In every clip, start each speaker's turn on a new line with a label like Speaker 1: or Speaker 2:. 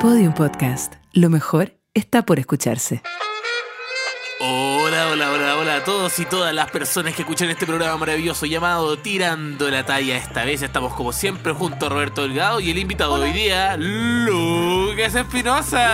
Speaker 1: Podium Podcast. Lo mejor está por escucharse.
Speaker 2: Hola, hola, hola, hola a todos y todas las personas que escuchan este programa maravilloso llamado Tirando la Talla. Esta vez estamos como siempre junto a Roberto Delgado y el invitado de hoy día, Lucas Espinosa.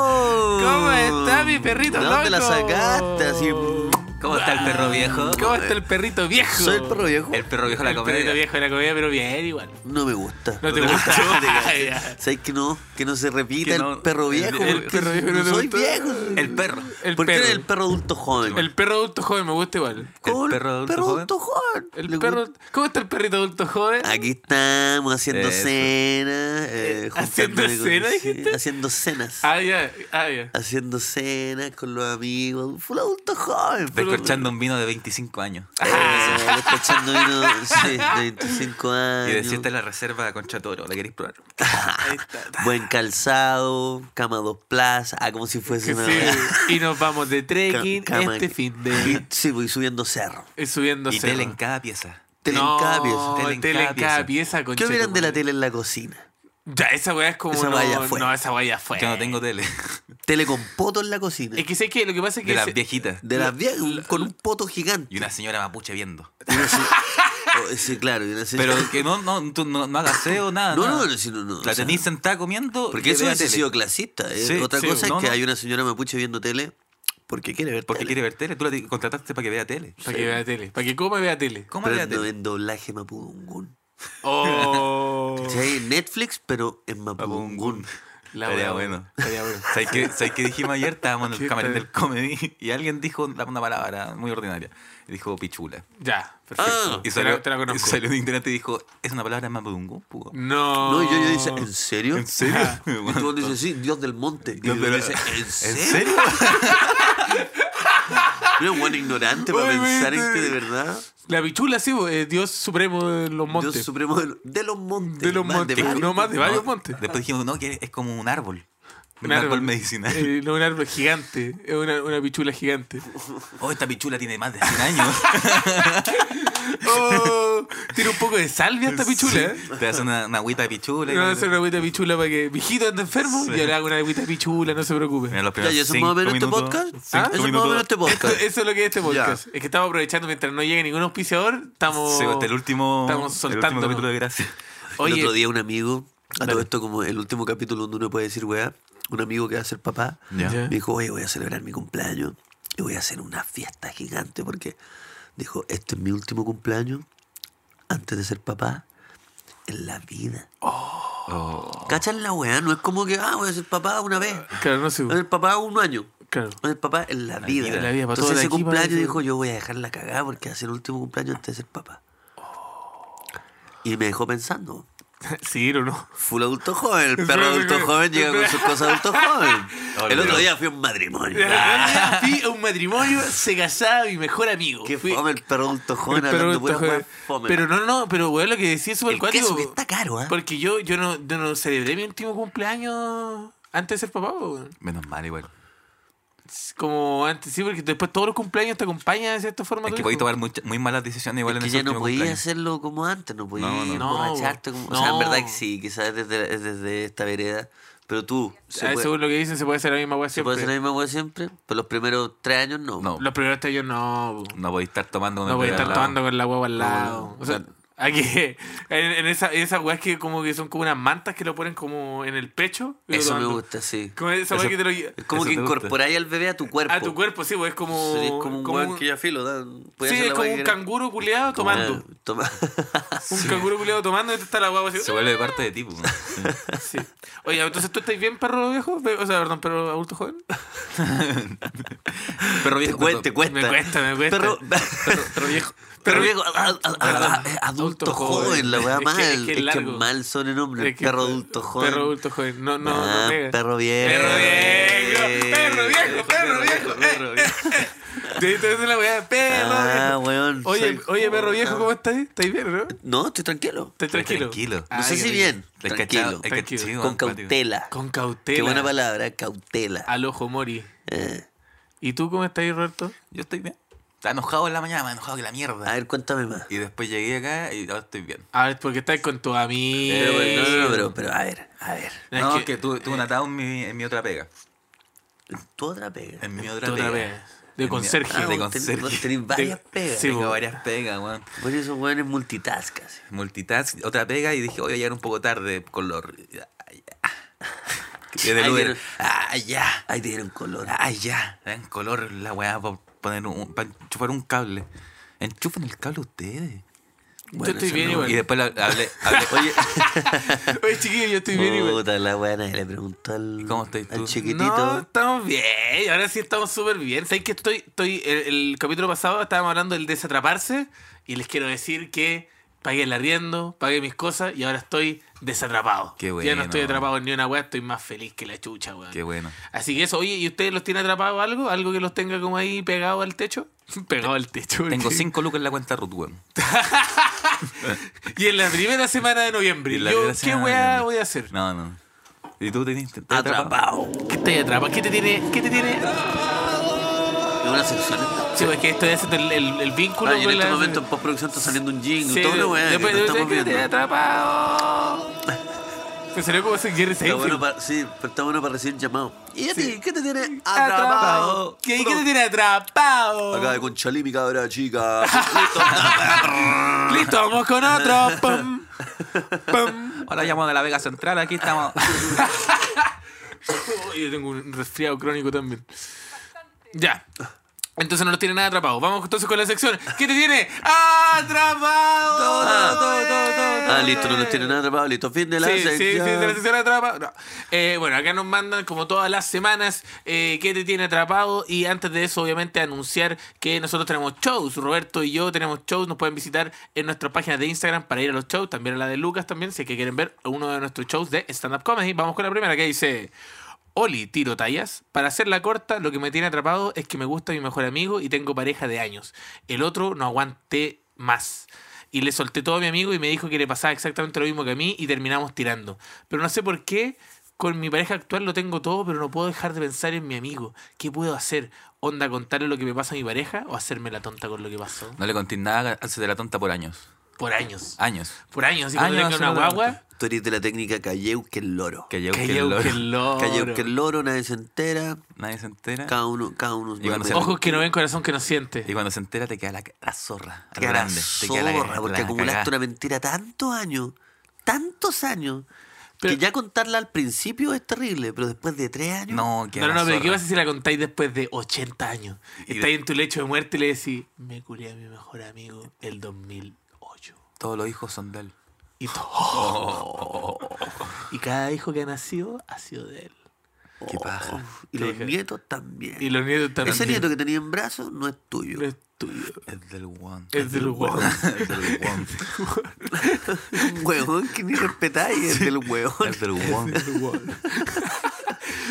Speaker 2: ¿Cómo está mi perrito
Speaker 3: ¿De dónde Oh. la
Speaker 2: loco? Ah,
Speaker 3: sacaste? Así, mm.
Speaker 4: ¿Cómo está el perro viejo?
Speaker 2: ¿Cómo está el perrito viejo?
Speaker 3: ¿Soy el perro viejo?
Speaker 4: El perro viejo de
Speaker 2: El
Speaker 4: la
Speaker 2: perrito
Speaker 4: comedia.
Speaker 2: viejo de la comedia, pero bien igual.
Speaker 3: No me gusta.
Speaker 2: ¿No te
Speaker 3: me
Speaker 2: gusta?
Speaker 3: Te-
Speaker 2: Ya.
Speaker 3: ¿Sabes que no? Que no se repita
Speaker 4: Que
Speaker 3: el
Speaker 4: no-
Speaker 3: perro
Speaker 4: el-
Speaker 3: viejo.
Speaker 2: el
Speaker 3: porque
Speaker 2: perro viejo no
Speaker 3: no
Speaker 2: te
Speaker 3: soy
Speaker 2: gustó.
Speaker 3: viejo.
Speaker 4: El perro.
Speaker 2: El
Speaker 3: ¿Por qué
Speaker 2: perro.
Speaker 3: eres el perro adulto joven?
Speaker 2: El perro adulto joven me gusta igual.
Speaker 3: ¿Cómo
Speaker 4: el perro adulto joven?
Speaker 3: joven?
Speaker 2: El
Speaker 3: ¿Le
Speaker 2: perro,
Speaker 3: gusta?
Speaker 2: ¿Cómo está el perrito adulto joven?
Speaker 3: Aquí estamos haciendo
Speaker 4: Eso.
Speaker 3: cena. eh,
Speaker 2: ¿haciendo
Speaker 3: juntándome con-
Speaker 2: cena,
Speaker 3: sí,
Speaker 2: dijiste?
Speaker 3: Haciendo cenas.
Speaker 2: Ah, ya, ah, ya.
Speaker 3: Haciendo cenas con los amigos. Fue un adulto joven. pero-
Speaker 4: Descorchando un vino de 25 años.
Speaker 3: Eh, Descorchando vino sí, de 25 años.
Speaker 4: Y decirte la reserva de Concha Toro. ¿La queréis probar?
Speaker 2: Ahí está.
Speaker 3: Buen calzado, cama dos plazas, ah, como si fuese
Speaker 2: Que
Speaker 3: una.
Speaker 2: sí. Y nos vamos de trekking
Speaker 3: Ca- cama-
Speaker 2: este fin
Speaker 3: Y-
Speaker 2: de.
Speaker 3: Sí, voy subiendo cerro.
Speaker 2: Y subiendo
Speaker 4: Y tele en cada pieza.
Speaker 3: Tele
Speaker 2: no,
Speaker 3: en cada pieza.
Speaker 2: Tele en, cada pieza,
Speaker 3: ¿Qué
Speaker 2: concha
Speaker 3: opinan
Speaker 2: tu
Speaker 3: de la
Speaker 2: madre.
Speaker 3: tele en la cocina?
Speaker 2: Ya, esa weá es como.
Speaker 3: Esa
Speaker 2: no,
Speaker 3: weá ya fue.
Speaker 2: no, esa weá ya fue.
Speaker 4: Yo no tengo tele.
Speaker 3: Tele con poto en la cocina.
Speaker 2: Es que sé que lo que pasa es que.
Speaker 4: De las
Speaker 2: se-
Speaker 4: viejitas.
Speaker 3: De las viejas, un- con un poto
Speaker 4: Y
Speaker 3: gigante.
Speaker 4: una señora mapuche viendo.
Speaker 3: Y una se- oh, sí, claro. y una se-
Speaker 4: Pero que no, no, tú no, no hagas SEO, nada.
Speaker 3: No,
Speaker 4: nada.
Speaker 3: no, no, sí, no, no, o
Speaker 4: La
Speaker 3: sea,
Speaker 4: tenéis sentada comiendo.
Speaker 3: Porque
Speaker 4: y
Speaker 3: eso
Speaker 4: vea
Speaker 3: hubiese
Speaker 4: tele.
Speaker 3: sido clasista. ¿eh?
Speaker 4: Sí,
Speaker 3: Otra
Speaker 4: sí,
Speaker 3: cosa
Speaker 4: no,
Speaker 3: es que
Speaker 4: no.
Speaker 3: hay una señora mapuche viendo tele porque quiere ver
Speaker 4: Porque
Speaker 3: tele.
Speaker 4: quiere ver tele. Tú la te- contrataste para que vea tele.
Speaker 2: Para que vea tele. Para que coma y vea tele.
Speaker 4: ¿Cómo
Speaker 3: Pero
Speaker 4: vea
Speaker 3: no,
Speaker 4: tele?
Speaker 3: en doblaje mapudungún.
Speaker 2: Oh.
Speaker 3: Sí, hay en Netflix, pero en mapudungún.
Speaker 4: Mapudungún.
Speaker 2: La
Speaker 4: Estaría
Speaker 2: weá,
Speaker 4: bueno.
Speaker 2: Estaría bueno.
Speaker 4: ¿Sabes qué, ¿Sabes qué dijimos ayer? Estábamos en
Speaker 2: ¿Qué
Speaker 4: el camarín
Speaker 2: tal?
Speaker 4: del comedy y alguien dijo una una palabra muy ordinaria. Y Dijo pichula.
Speaker 2: Ya, perfecto.
Speaker 3: Ah.
Speaker 4: Y
Speaker 2: te,
Speaker 4: salió,
Speaker 2: la, te la
Speaker 4: y
Speaker 2: conozco.
Speaker 4: salió en internet y dijo, ¿es una palabra en mapudungun, pú?
Speaker 2: No.
Speaker 3: No, y yo, yo dice,
Speaker 2: Ah.
Speaker 3: ¿en serio?
Speaker 4: ¿En serio?
Speaker 3: Y tú dices, sí, Dios del monte. Y
Speaker 4: Dios
Speaker 3: tú
Speaker 4: del-
Speaker 3: dices, ¿en
Speaker 4: ¿En
Speaker 3: serio?
Speaker 4: serio?
Speaker 3: Mira, un buen ignorante para
Speaker 2: Obviamente.
Speaker 3: pensar en que de verdad
Speaker 2: La pichula, sí, eh, Dios supremo de los montes.
Speaker 3: Dios supremo de, lo- de los montes.
Speaker 2: De los
Speaker 3: más
Speaker 2: montes.
Speaker 3: varios
Speaker 2: No, más de
Speaker 3: montes.
Speaker 2: varios montes.
Speaker 4: Después dijimos, no, que es como un árbol. Un,
Speaker 2: Un
Speaker 4: árbol, medicinal.
Speaker 2: eh, no, un árbol gigante. Es una, una pichula gigante.
Speaker 4: Oh, esta pichula tiene más de 100 años.
Speaker 2: Oh, tiene un poco de salvia esta pichula.
Speaker 4: Sí.
Speaker 2: ¿eh?
Speaker 4: Te hacen una, una agüita de pichula. y-
Speaker 2: Le van a hacer una agüita pichula para que mijito anda enfermo
Speaker 4: Sí.
Speaker 2: y yo le hago una agüita pichula, no se preocupe.
Speaker 4: Mira, los
Speaker 3: Ya,
Speaker 4: primeros
Speaker 3: y eso es más o menos este
Speaker 4: cinco
Speaker 3: podcast.
Speaker 4: minutos-
Speaker 3: ¿Ah?
Speaker 4: cinco
Speaker 3: Eso es más o
Speaker 4: minutos-
Speaker 3: menos este
Speaker 2: Esto-
Speaker 3: podcast.
Speaker 2: eso es lo que es este podcast. Es que estamos aprovechando mientras no llegue ningún auspiciador, estamos
Speaker 3: pues,
Speaker 4: Sí, pues, hasta el último,
Speaker 2: estamos
Speaker 4: el último
Speaker 2: soltándonos.
Speaker 4: capítulo de Gracia.
Speaker 2: Oye,
Speaker 3: El otro día un amigo, a
Speaker 2: Dale.
Speaker 3: todo esto como el último capítulo donde uno puede decir, weá, un amigo que va a ser papá,
Speaker 4: Ya.
Speaker 2: Ya.
Speaker 3: me dijo, oye, voy a celebrar mi cumpleaños y voy a hacer una fiesta gigante porque dijo, este es mi último cumpleaños antes de ser papá en la vida.
Speaker 2: Oh.
Speaker 3: ¿Cachan la weá? No es como que, ah, voy a ser papá una vez.
Speaker 2: claro, no sé. pues.
Speaker 3: Voy a ser papá un año.
Speaker 2: Claro.
Speaker 3: El papá en la vida.
Speaker 2: vida, la vida, para todo
Speaker 3: Entonces
Speaker 2: de
Speaker 3: ese
Speaker 2: aquí, para
Speaker 3: cumpleaños
Speaker 2: todo.
Speaker 3: dijo, yo voy a dejarla cagada porque va a ser el último cumpleaños antes de ser papá.
Speaker 2: Oh.
Speaker 3: Y me dejó pensando.
Speaker 2: Sí, o no.
Speaker 3: Full adulto joven, el
Speaker 2: Espera,
Speaker 3: perro adulto
Speaker 2: espera.
Speaker 3: joven llega con sus cosas adulto joven.
Speaker 4: Oh,
Speaker 3: El otro
Speaker 4: Dios.
Speaker 3: día fui a un matrimonio. Ah,
Speaker 2: Fui a un matrimonio, se casaba mi mejor amigo.
Speaker 3: Qué
Speaker 2: Fui-
Speaker 3: fome el perro adulto
Speaker 2: el
Speaker 3: joven
Speaker 2: perro
Speaker 3: hablando
Speaker 2: adulto
Speaker 3: pura
Speaker 2: joven.
Speaker 3: weá fome.
Speaker 2: Pero no, no, pero weón, lo que decía es súper
Speaker 3: el queso que
Speaker 2: cuático.
Speaker 3: está caro, ¿eh?
Speaker 2: Porque yo, yo, no, yo no celebré mi último cumpleaños antes de ser papá, weón.
Speaker 4: Menos mal, igual.
Speaker 2: Como antes, sí, porque después todos los cumpleaños te acompañan de cierta forma.
Speaker 4: Es
Speaker 2: tu
Speaker 4: que
Speaker 2: hijo.
Speaker 4: podéis tomar mucha- muy malas decisiones
Speaker 3: Es
Speaker 4: igual en
Speaker 3: que
Speaker 4: ese
Speaker 3: ya no
Speaker 4: último
Speaker 3: podía
Speaker 4: cumpleaños.
Speaker 3: hacerlo como antes, no podía
Speaker 4: No, no.
Speaker 3: emborracharte como... O sea, en verdad que sí, quizás desde, es desde esta vereda. Pero tú, se
Speaker 2: Ah,
Speaker 3: puede-
Speaker 2: Según lo que dicen, se puede hacer la misma weá
Speaker 3: ¿Se
Speaker 2: siempre.
Speaker 3: puede hacer la misma hueá siempre? Pero los primeros tres años no.
Speaker 4: No.
Speaker 2: Los primeros tallos no. po.
Speaker 4: No podéis estar tomando con
Speaker 2: No
Speaker 4: el
Speaker 2: voy a
Speaker 4: bebé
Speaker 2: estar
Speaker 4: al lado.
Speaker 2: tomando con la hueá al lado. O sea, aquí, en, en esa, esas weas que como que son como unas mantas que lo ponen como en el pecho. y lo
Speaker 3: Eso me
Speaker 2: tomando.
Speaker 3: gusta, sí.
Speaker 2: Como esa weá
Speaker 4: Eso-
Speaker 2: que te lo lleva
Speaker 3: Es como
Speaker 4: Eso
Speaker 3: que
Speaker 4: te gusta.
Speaker 3: incorporáis al bebé a tu cuerpo.
Speaker 2: a tu cuerpo, sí, pues es como.
Speaker 3: Sí, es como un weón que ya filo. da- puede
Speaker 2: Sí,
Speaker 3: hacer
Speaker 2: es
Speaker 3: la
Speaker 2: como
Speaker 3: weá
Speaker 2: un
Speaker 3: que quiera.
Speaker 2: canguro culeado
Speaker 3: Como ah,
Speaker 2: tomando.
Speaker 3: una- toma-
Speaker 2: Un canguro culeado tomando y te está la hueá así.
Speaker 4: Se vuelve parte de ti. po. Sí.
Speaker 2: Sí. Oye, entonces tú estás bien, perro viejo. O sea, perdón, perro adulto joven.
Speaker 4: Perro
Speaker 3: Te
Speaker 4: viejo.
Speaker 3: cuesta, te cuesta.
Speaker 2: Me cuesta, me cuesta.
Speaker 3: Perro,
Speaker 2: Perro, perro viejo.
Speaker 3: perro viejo, ah, ah, ah,
Speaker 2: Perdón.
Speaker 3: ah, eh, adulto
Speaker 2: Adulto joven.
Speaker 3: joven, la
Speaker 2: Es
Speaker 3: weá
Speaker 2: que- es
Speaker 3: mal.
Speaker 2: que es
Speaker 3: Es que,
Speaker 2: largo.
Speaker 3: mal son el nombre.
Speaker 2: Es que
Speaker 3: perro adulto joven.
Speaker 2: Perro adulto joven. No, no,
Speaker 3: Ah,
Speaker 2: no pega.
Speaker 3: perro viejo.
Speaker 2: Perro viejo, perro viejo, perro viejo,
Speaker 3: perro viejo.
Speaker 2: Te te hacen la weá, perro
Speaker 3: Ah,
Speaker 2: viejo.
Speaker 3: weón.
Speaker 2: Oye,
Speaker 3: soy-
Speaker 2: oye, perro viejo, ¿cómo estás? ¿Estás bien, no? ¿Estás
Speaker 3: No, estoy tranquilo.
Speaker 2: tranquilo?
Speaker 4: tranquilo.
Speaker 2: Ah,
Speaker 3: No sé
Speaker 2: ya,
Speaker 3: si
Speaker 2: ya.
Speaker 3: bien.
Speaker 4: Es que
Speaker 3: Tranquilo.
Speaker 4: está- es que-
Speaker 2: Tranquilo.
Speaker 4: sí,
Speaker 3: Con
Speaker 4: weón, cuático.
Speaker 3: cautela.
Speaker 2: Con cautela. Ah,
Speaker 3: Qué buena palabra, cautela.
Speaker 2: Al ojo, Mori.
Speaker 3: Eh,
Speaker 2: ¿Y tú cómo estás, Roberto?
Speaker 4: Yo estoy bien. Estaba enojado en la mañana, enojado que la mierda.
Speaker 3: A ver, cuéntame más.
Speaker 4: Y después llegué acá y ahora estoy bien.
Speaker 2: A ver, Ah, porque estás con tu amigo.
Speaker 3: Pero, bueno, no, no, no, pero, pero a ver, a ver.
Speaker 2: Es
Speaker 4: no,
Speaker 2: que-
Speaker 4: es que tuve, tuve un atado en mi, en mi otra pega.
Speaker 3: Tú otra pega.
Speaker 4: En mi otra
Speaker 2: Otra
Speaker 4: pega.
Speaker 2: vez.
Speaker 4: En
Speaker 2: De
Speaker 4: mi-
Speaker 2: conserje.
Speaker 4: Ah, de
Speaker 3: vos ten-
Speaker 4: conserje.
Speaker 3: vos tenés varias pegas.
Speaker 2: Sí,
Speaker 4: Tengo
Speaker 2: vos.
Speaker 4: varias pegas, weón.
Speaker 3: Por eso, weón, es multitask. así.
Speaker 4: Multitask, otra pega y dije, voy a llegar un poco tarde con los... ah, Ay, ya. Desde
Speaker 3: Ay,
Speaker 4: el Uber.
Speaker 3: pero-
Speaker 4: Ay, ya.
Speaker 3: Ahí te dieron color.
Speaker 4: Ay, ya. En color la weá para poner un, para enchufar un cable. Enchufen el cable ustedes.
Speaker 3: Bueno,
Speaker 2: yo estoy
Speaker 3: eso
Speaker 2: bien
Speaker 3: no-
Speaker 2: igual.
Speaker 4: Y después la- hablé, hablé- oye,
Speaker 2: Oye, chiquillo, yo estoy bien igual.
Speaker 3: Puta la weá, nadie le preguntó al,
Speaker 4: cómo estás
Speaker 3: al
Speaker 4: tú?
Speaker 2: No,
Speaker 3: chiquitito.
Speaker 2: estamos bien. Ahora sí estamos súper bien. ¿Sabéis que estoy, estoy el, el capítulo pasado estábamos hablando del desatraparse y les quiero decir que pagué el arriendo, pagué mis cosas y ahora estoy desatrapado.
Speaker 4: Qué
Speaker 2: Ya no
Speaker 4: bueno.
Speaker 2: estoy atrapado en ni una weá, estoy más feliz que la chucha, weón.
Speaker 4: qué bueno.
Speaker 2: Así que eso, oye, ¿y ustedes los tienen atrapados algo? ¿Algo que los tenga como ahí pegado al techo? pegado al techo.
Speaker 4: Tengo
Speaker 2: cinco
Speaker 4: 5 lucas en la cuenta Ruth, weón.
Speaker 2: Y en la primera semana de noviembre.
Speaker 4: Y la
Speaker 2: yo,
Speaker 4: primera
Speaker 2: ¿Qué
Speaker 4: semana de
Speaker 2: weá
Speaker 4: noviembre.
Speaker 2: voy a hacer?
Speaker 4: No, no. ¿Y tú tenés? te- te
Speaker 3: Atrapado.
Speaker 2: ¿Qué te atrapa? ¿Qué te tiene? ¿Qué te tiene?
Speaker 3: Es una sección. esta.
Speaker 2: Sí, pues que estoy haciendo el, el- el vínculo
Speaker 3: Ah, y en
Speaker 2: con
Speaker 3: este
Speaker 2: la-
Speaker 3: momento en postproducción está saliendo un jingle.
Speaker 2: Sí,
Speaker 3: toda una weá. que
Speaker 2: después-
Speaker 3: no
Speaker 2: después
Speaker 3: estamos
Speaker 2: que te
Speaker 3: viendo.
Speaker 2: atrapado. Me salió como ese Jerry
Speaker 3: Está bueno
Speaker 2: Seinfeld.
Speaker 3: para, sí, pero está bueno para recién llamado. ¿Y a ti? ¿Qué te tiene
Speaker 2: Atrapado.
Speaker 3: atrapado?
Speaker 2: ¿Qué, ¿Qué
Speaker 3: Puro-
Speaker 2: te tiene atrapado?
Speaker 3: Acá de Conchalí, mi cabra chica.
Speaker 2: Listo, vamos con otro. Pum, pum.
Speaker 4: Ahora llamo de la Vega Central, aquí estamos.
Speaker 2: Oh, Yo tengo un resfriado crónico también. Ya. Entonces no nos tiene nada atrapado. Vamos entonces con la sección. ¿Qué te tiene atrapado?
Speaker 3: Ah, listo, no nos tiene nada atrapado. Listo, fin de la
Speaker 2: Sí, sí, sí,
Speaker 3: sección.
Speaker 2: de la sección atrapa. No. Eh, bueno, acá nos mandan como todas las semanas eh, qué te tiene atrapado y antes de eso obviamente anunciar que nosotros tenemos shows, Roberto y yo tenemos shows, nos pueden visitar en nuestras páginas de Instagram para ir a los shows, también a la de Lucas también, si es que quieren ver uno de nuestros shows de stand-up comedy. Vamos con la primera que dice... Oli, tiro tallas. Para hacerla corta, lo que me tiene atrapado es que me gusta mi mejor amigo y tengo pareja de años. El otro no aguanté más. Y le solté todo a mi amigo y me dijo que le pasaba exactamente lo mismo que a mí y terminamos tirando. Pero no sé por qué, con mi pareja actual lo tengo todo, pero no puedo dejar de pensar en mi amigo. ¿Qué puedo hacer? ¿Onda contarle lo que me pasa a mi pareja o hacerme la tonta con lo que pasó?
Speaker 4: No le conté nada, hace de la tonta por años.
Speaker 2: Por años.
Speaker 4: Años.
Speaker 2: Por años. Así cuando
Speaker 4: Años
Speaker 2: tenga una
Speaker 4: hacerme la
Speaker 2: guagua,
Speaker 4: tonta.
Speaker 3: Tú eres de la técnica Calleu que el loro.
Speaker 4: Que llegó que
Speaker 2: callao
Speaker 4: el
Speaker 2: que
Speaker 4: loro.
Speaker 2: el loro. Eh.
Speaker 3: Calleu que el loro, nadie se entera.
Speaker 4: Nadie se entera.
Speaker 3: Cada uno, cada uno.
Speaker 4: Y cuando
Speaker 3: duerme.
Speaker 4: se-
Speaker 2: Ojos que no ven, corazón que no siente.
Speaker 4: Y cuando se entera te queda la, la zorra. a
Speaker 3: Te
Speaker 4: lo
Speaker 3: queda la
Speaker 4: grande. Te queda la-
Speaker 3: zorra, porque
Speaker 4: la
Speaker 3: acumulaste
Speaker 4: cagá.
Speaker 3: una mentira tantos años, tantos años,
Speaker 2: Pero-
Speaker 3: que ya contarla al principio es terrible, pero después de tres años...
Speaker 4: No, queda
Speaker 2: No, no,
Speaker 4: la
Speaker 2: no, pero ¿qué
Speaker 4: zorra.
Speaker 2: pasa si la contáis después de 80 años?
Speaker 4: Y
Speaker 2: Estáis en tu lecho de muerte y le decís, me curé a mi mejor amigo el 2008.
Speaker 4: Todos los hijos son de él.
Speaker 2: Y, to- y cada hijo que ha nacido ha sido de él.
Speaker 4: Qué paja.
Speaker 3: Y los
Speaker 2: Deja.
Speaker 3: nietos también.
Speaker 2: Y los nietos también.
Speaker 3: Ese nieto que tenía en brazos no es tuyo.
Speaker 2: No es tuyo.
Speaker 4: Es del one.
Speaker 2: Es del huevón.
Speaker 4: Es del one.
Speaker 3: Un huevón que ni respetáis, es del huevón.
Speaker 4: Es del one.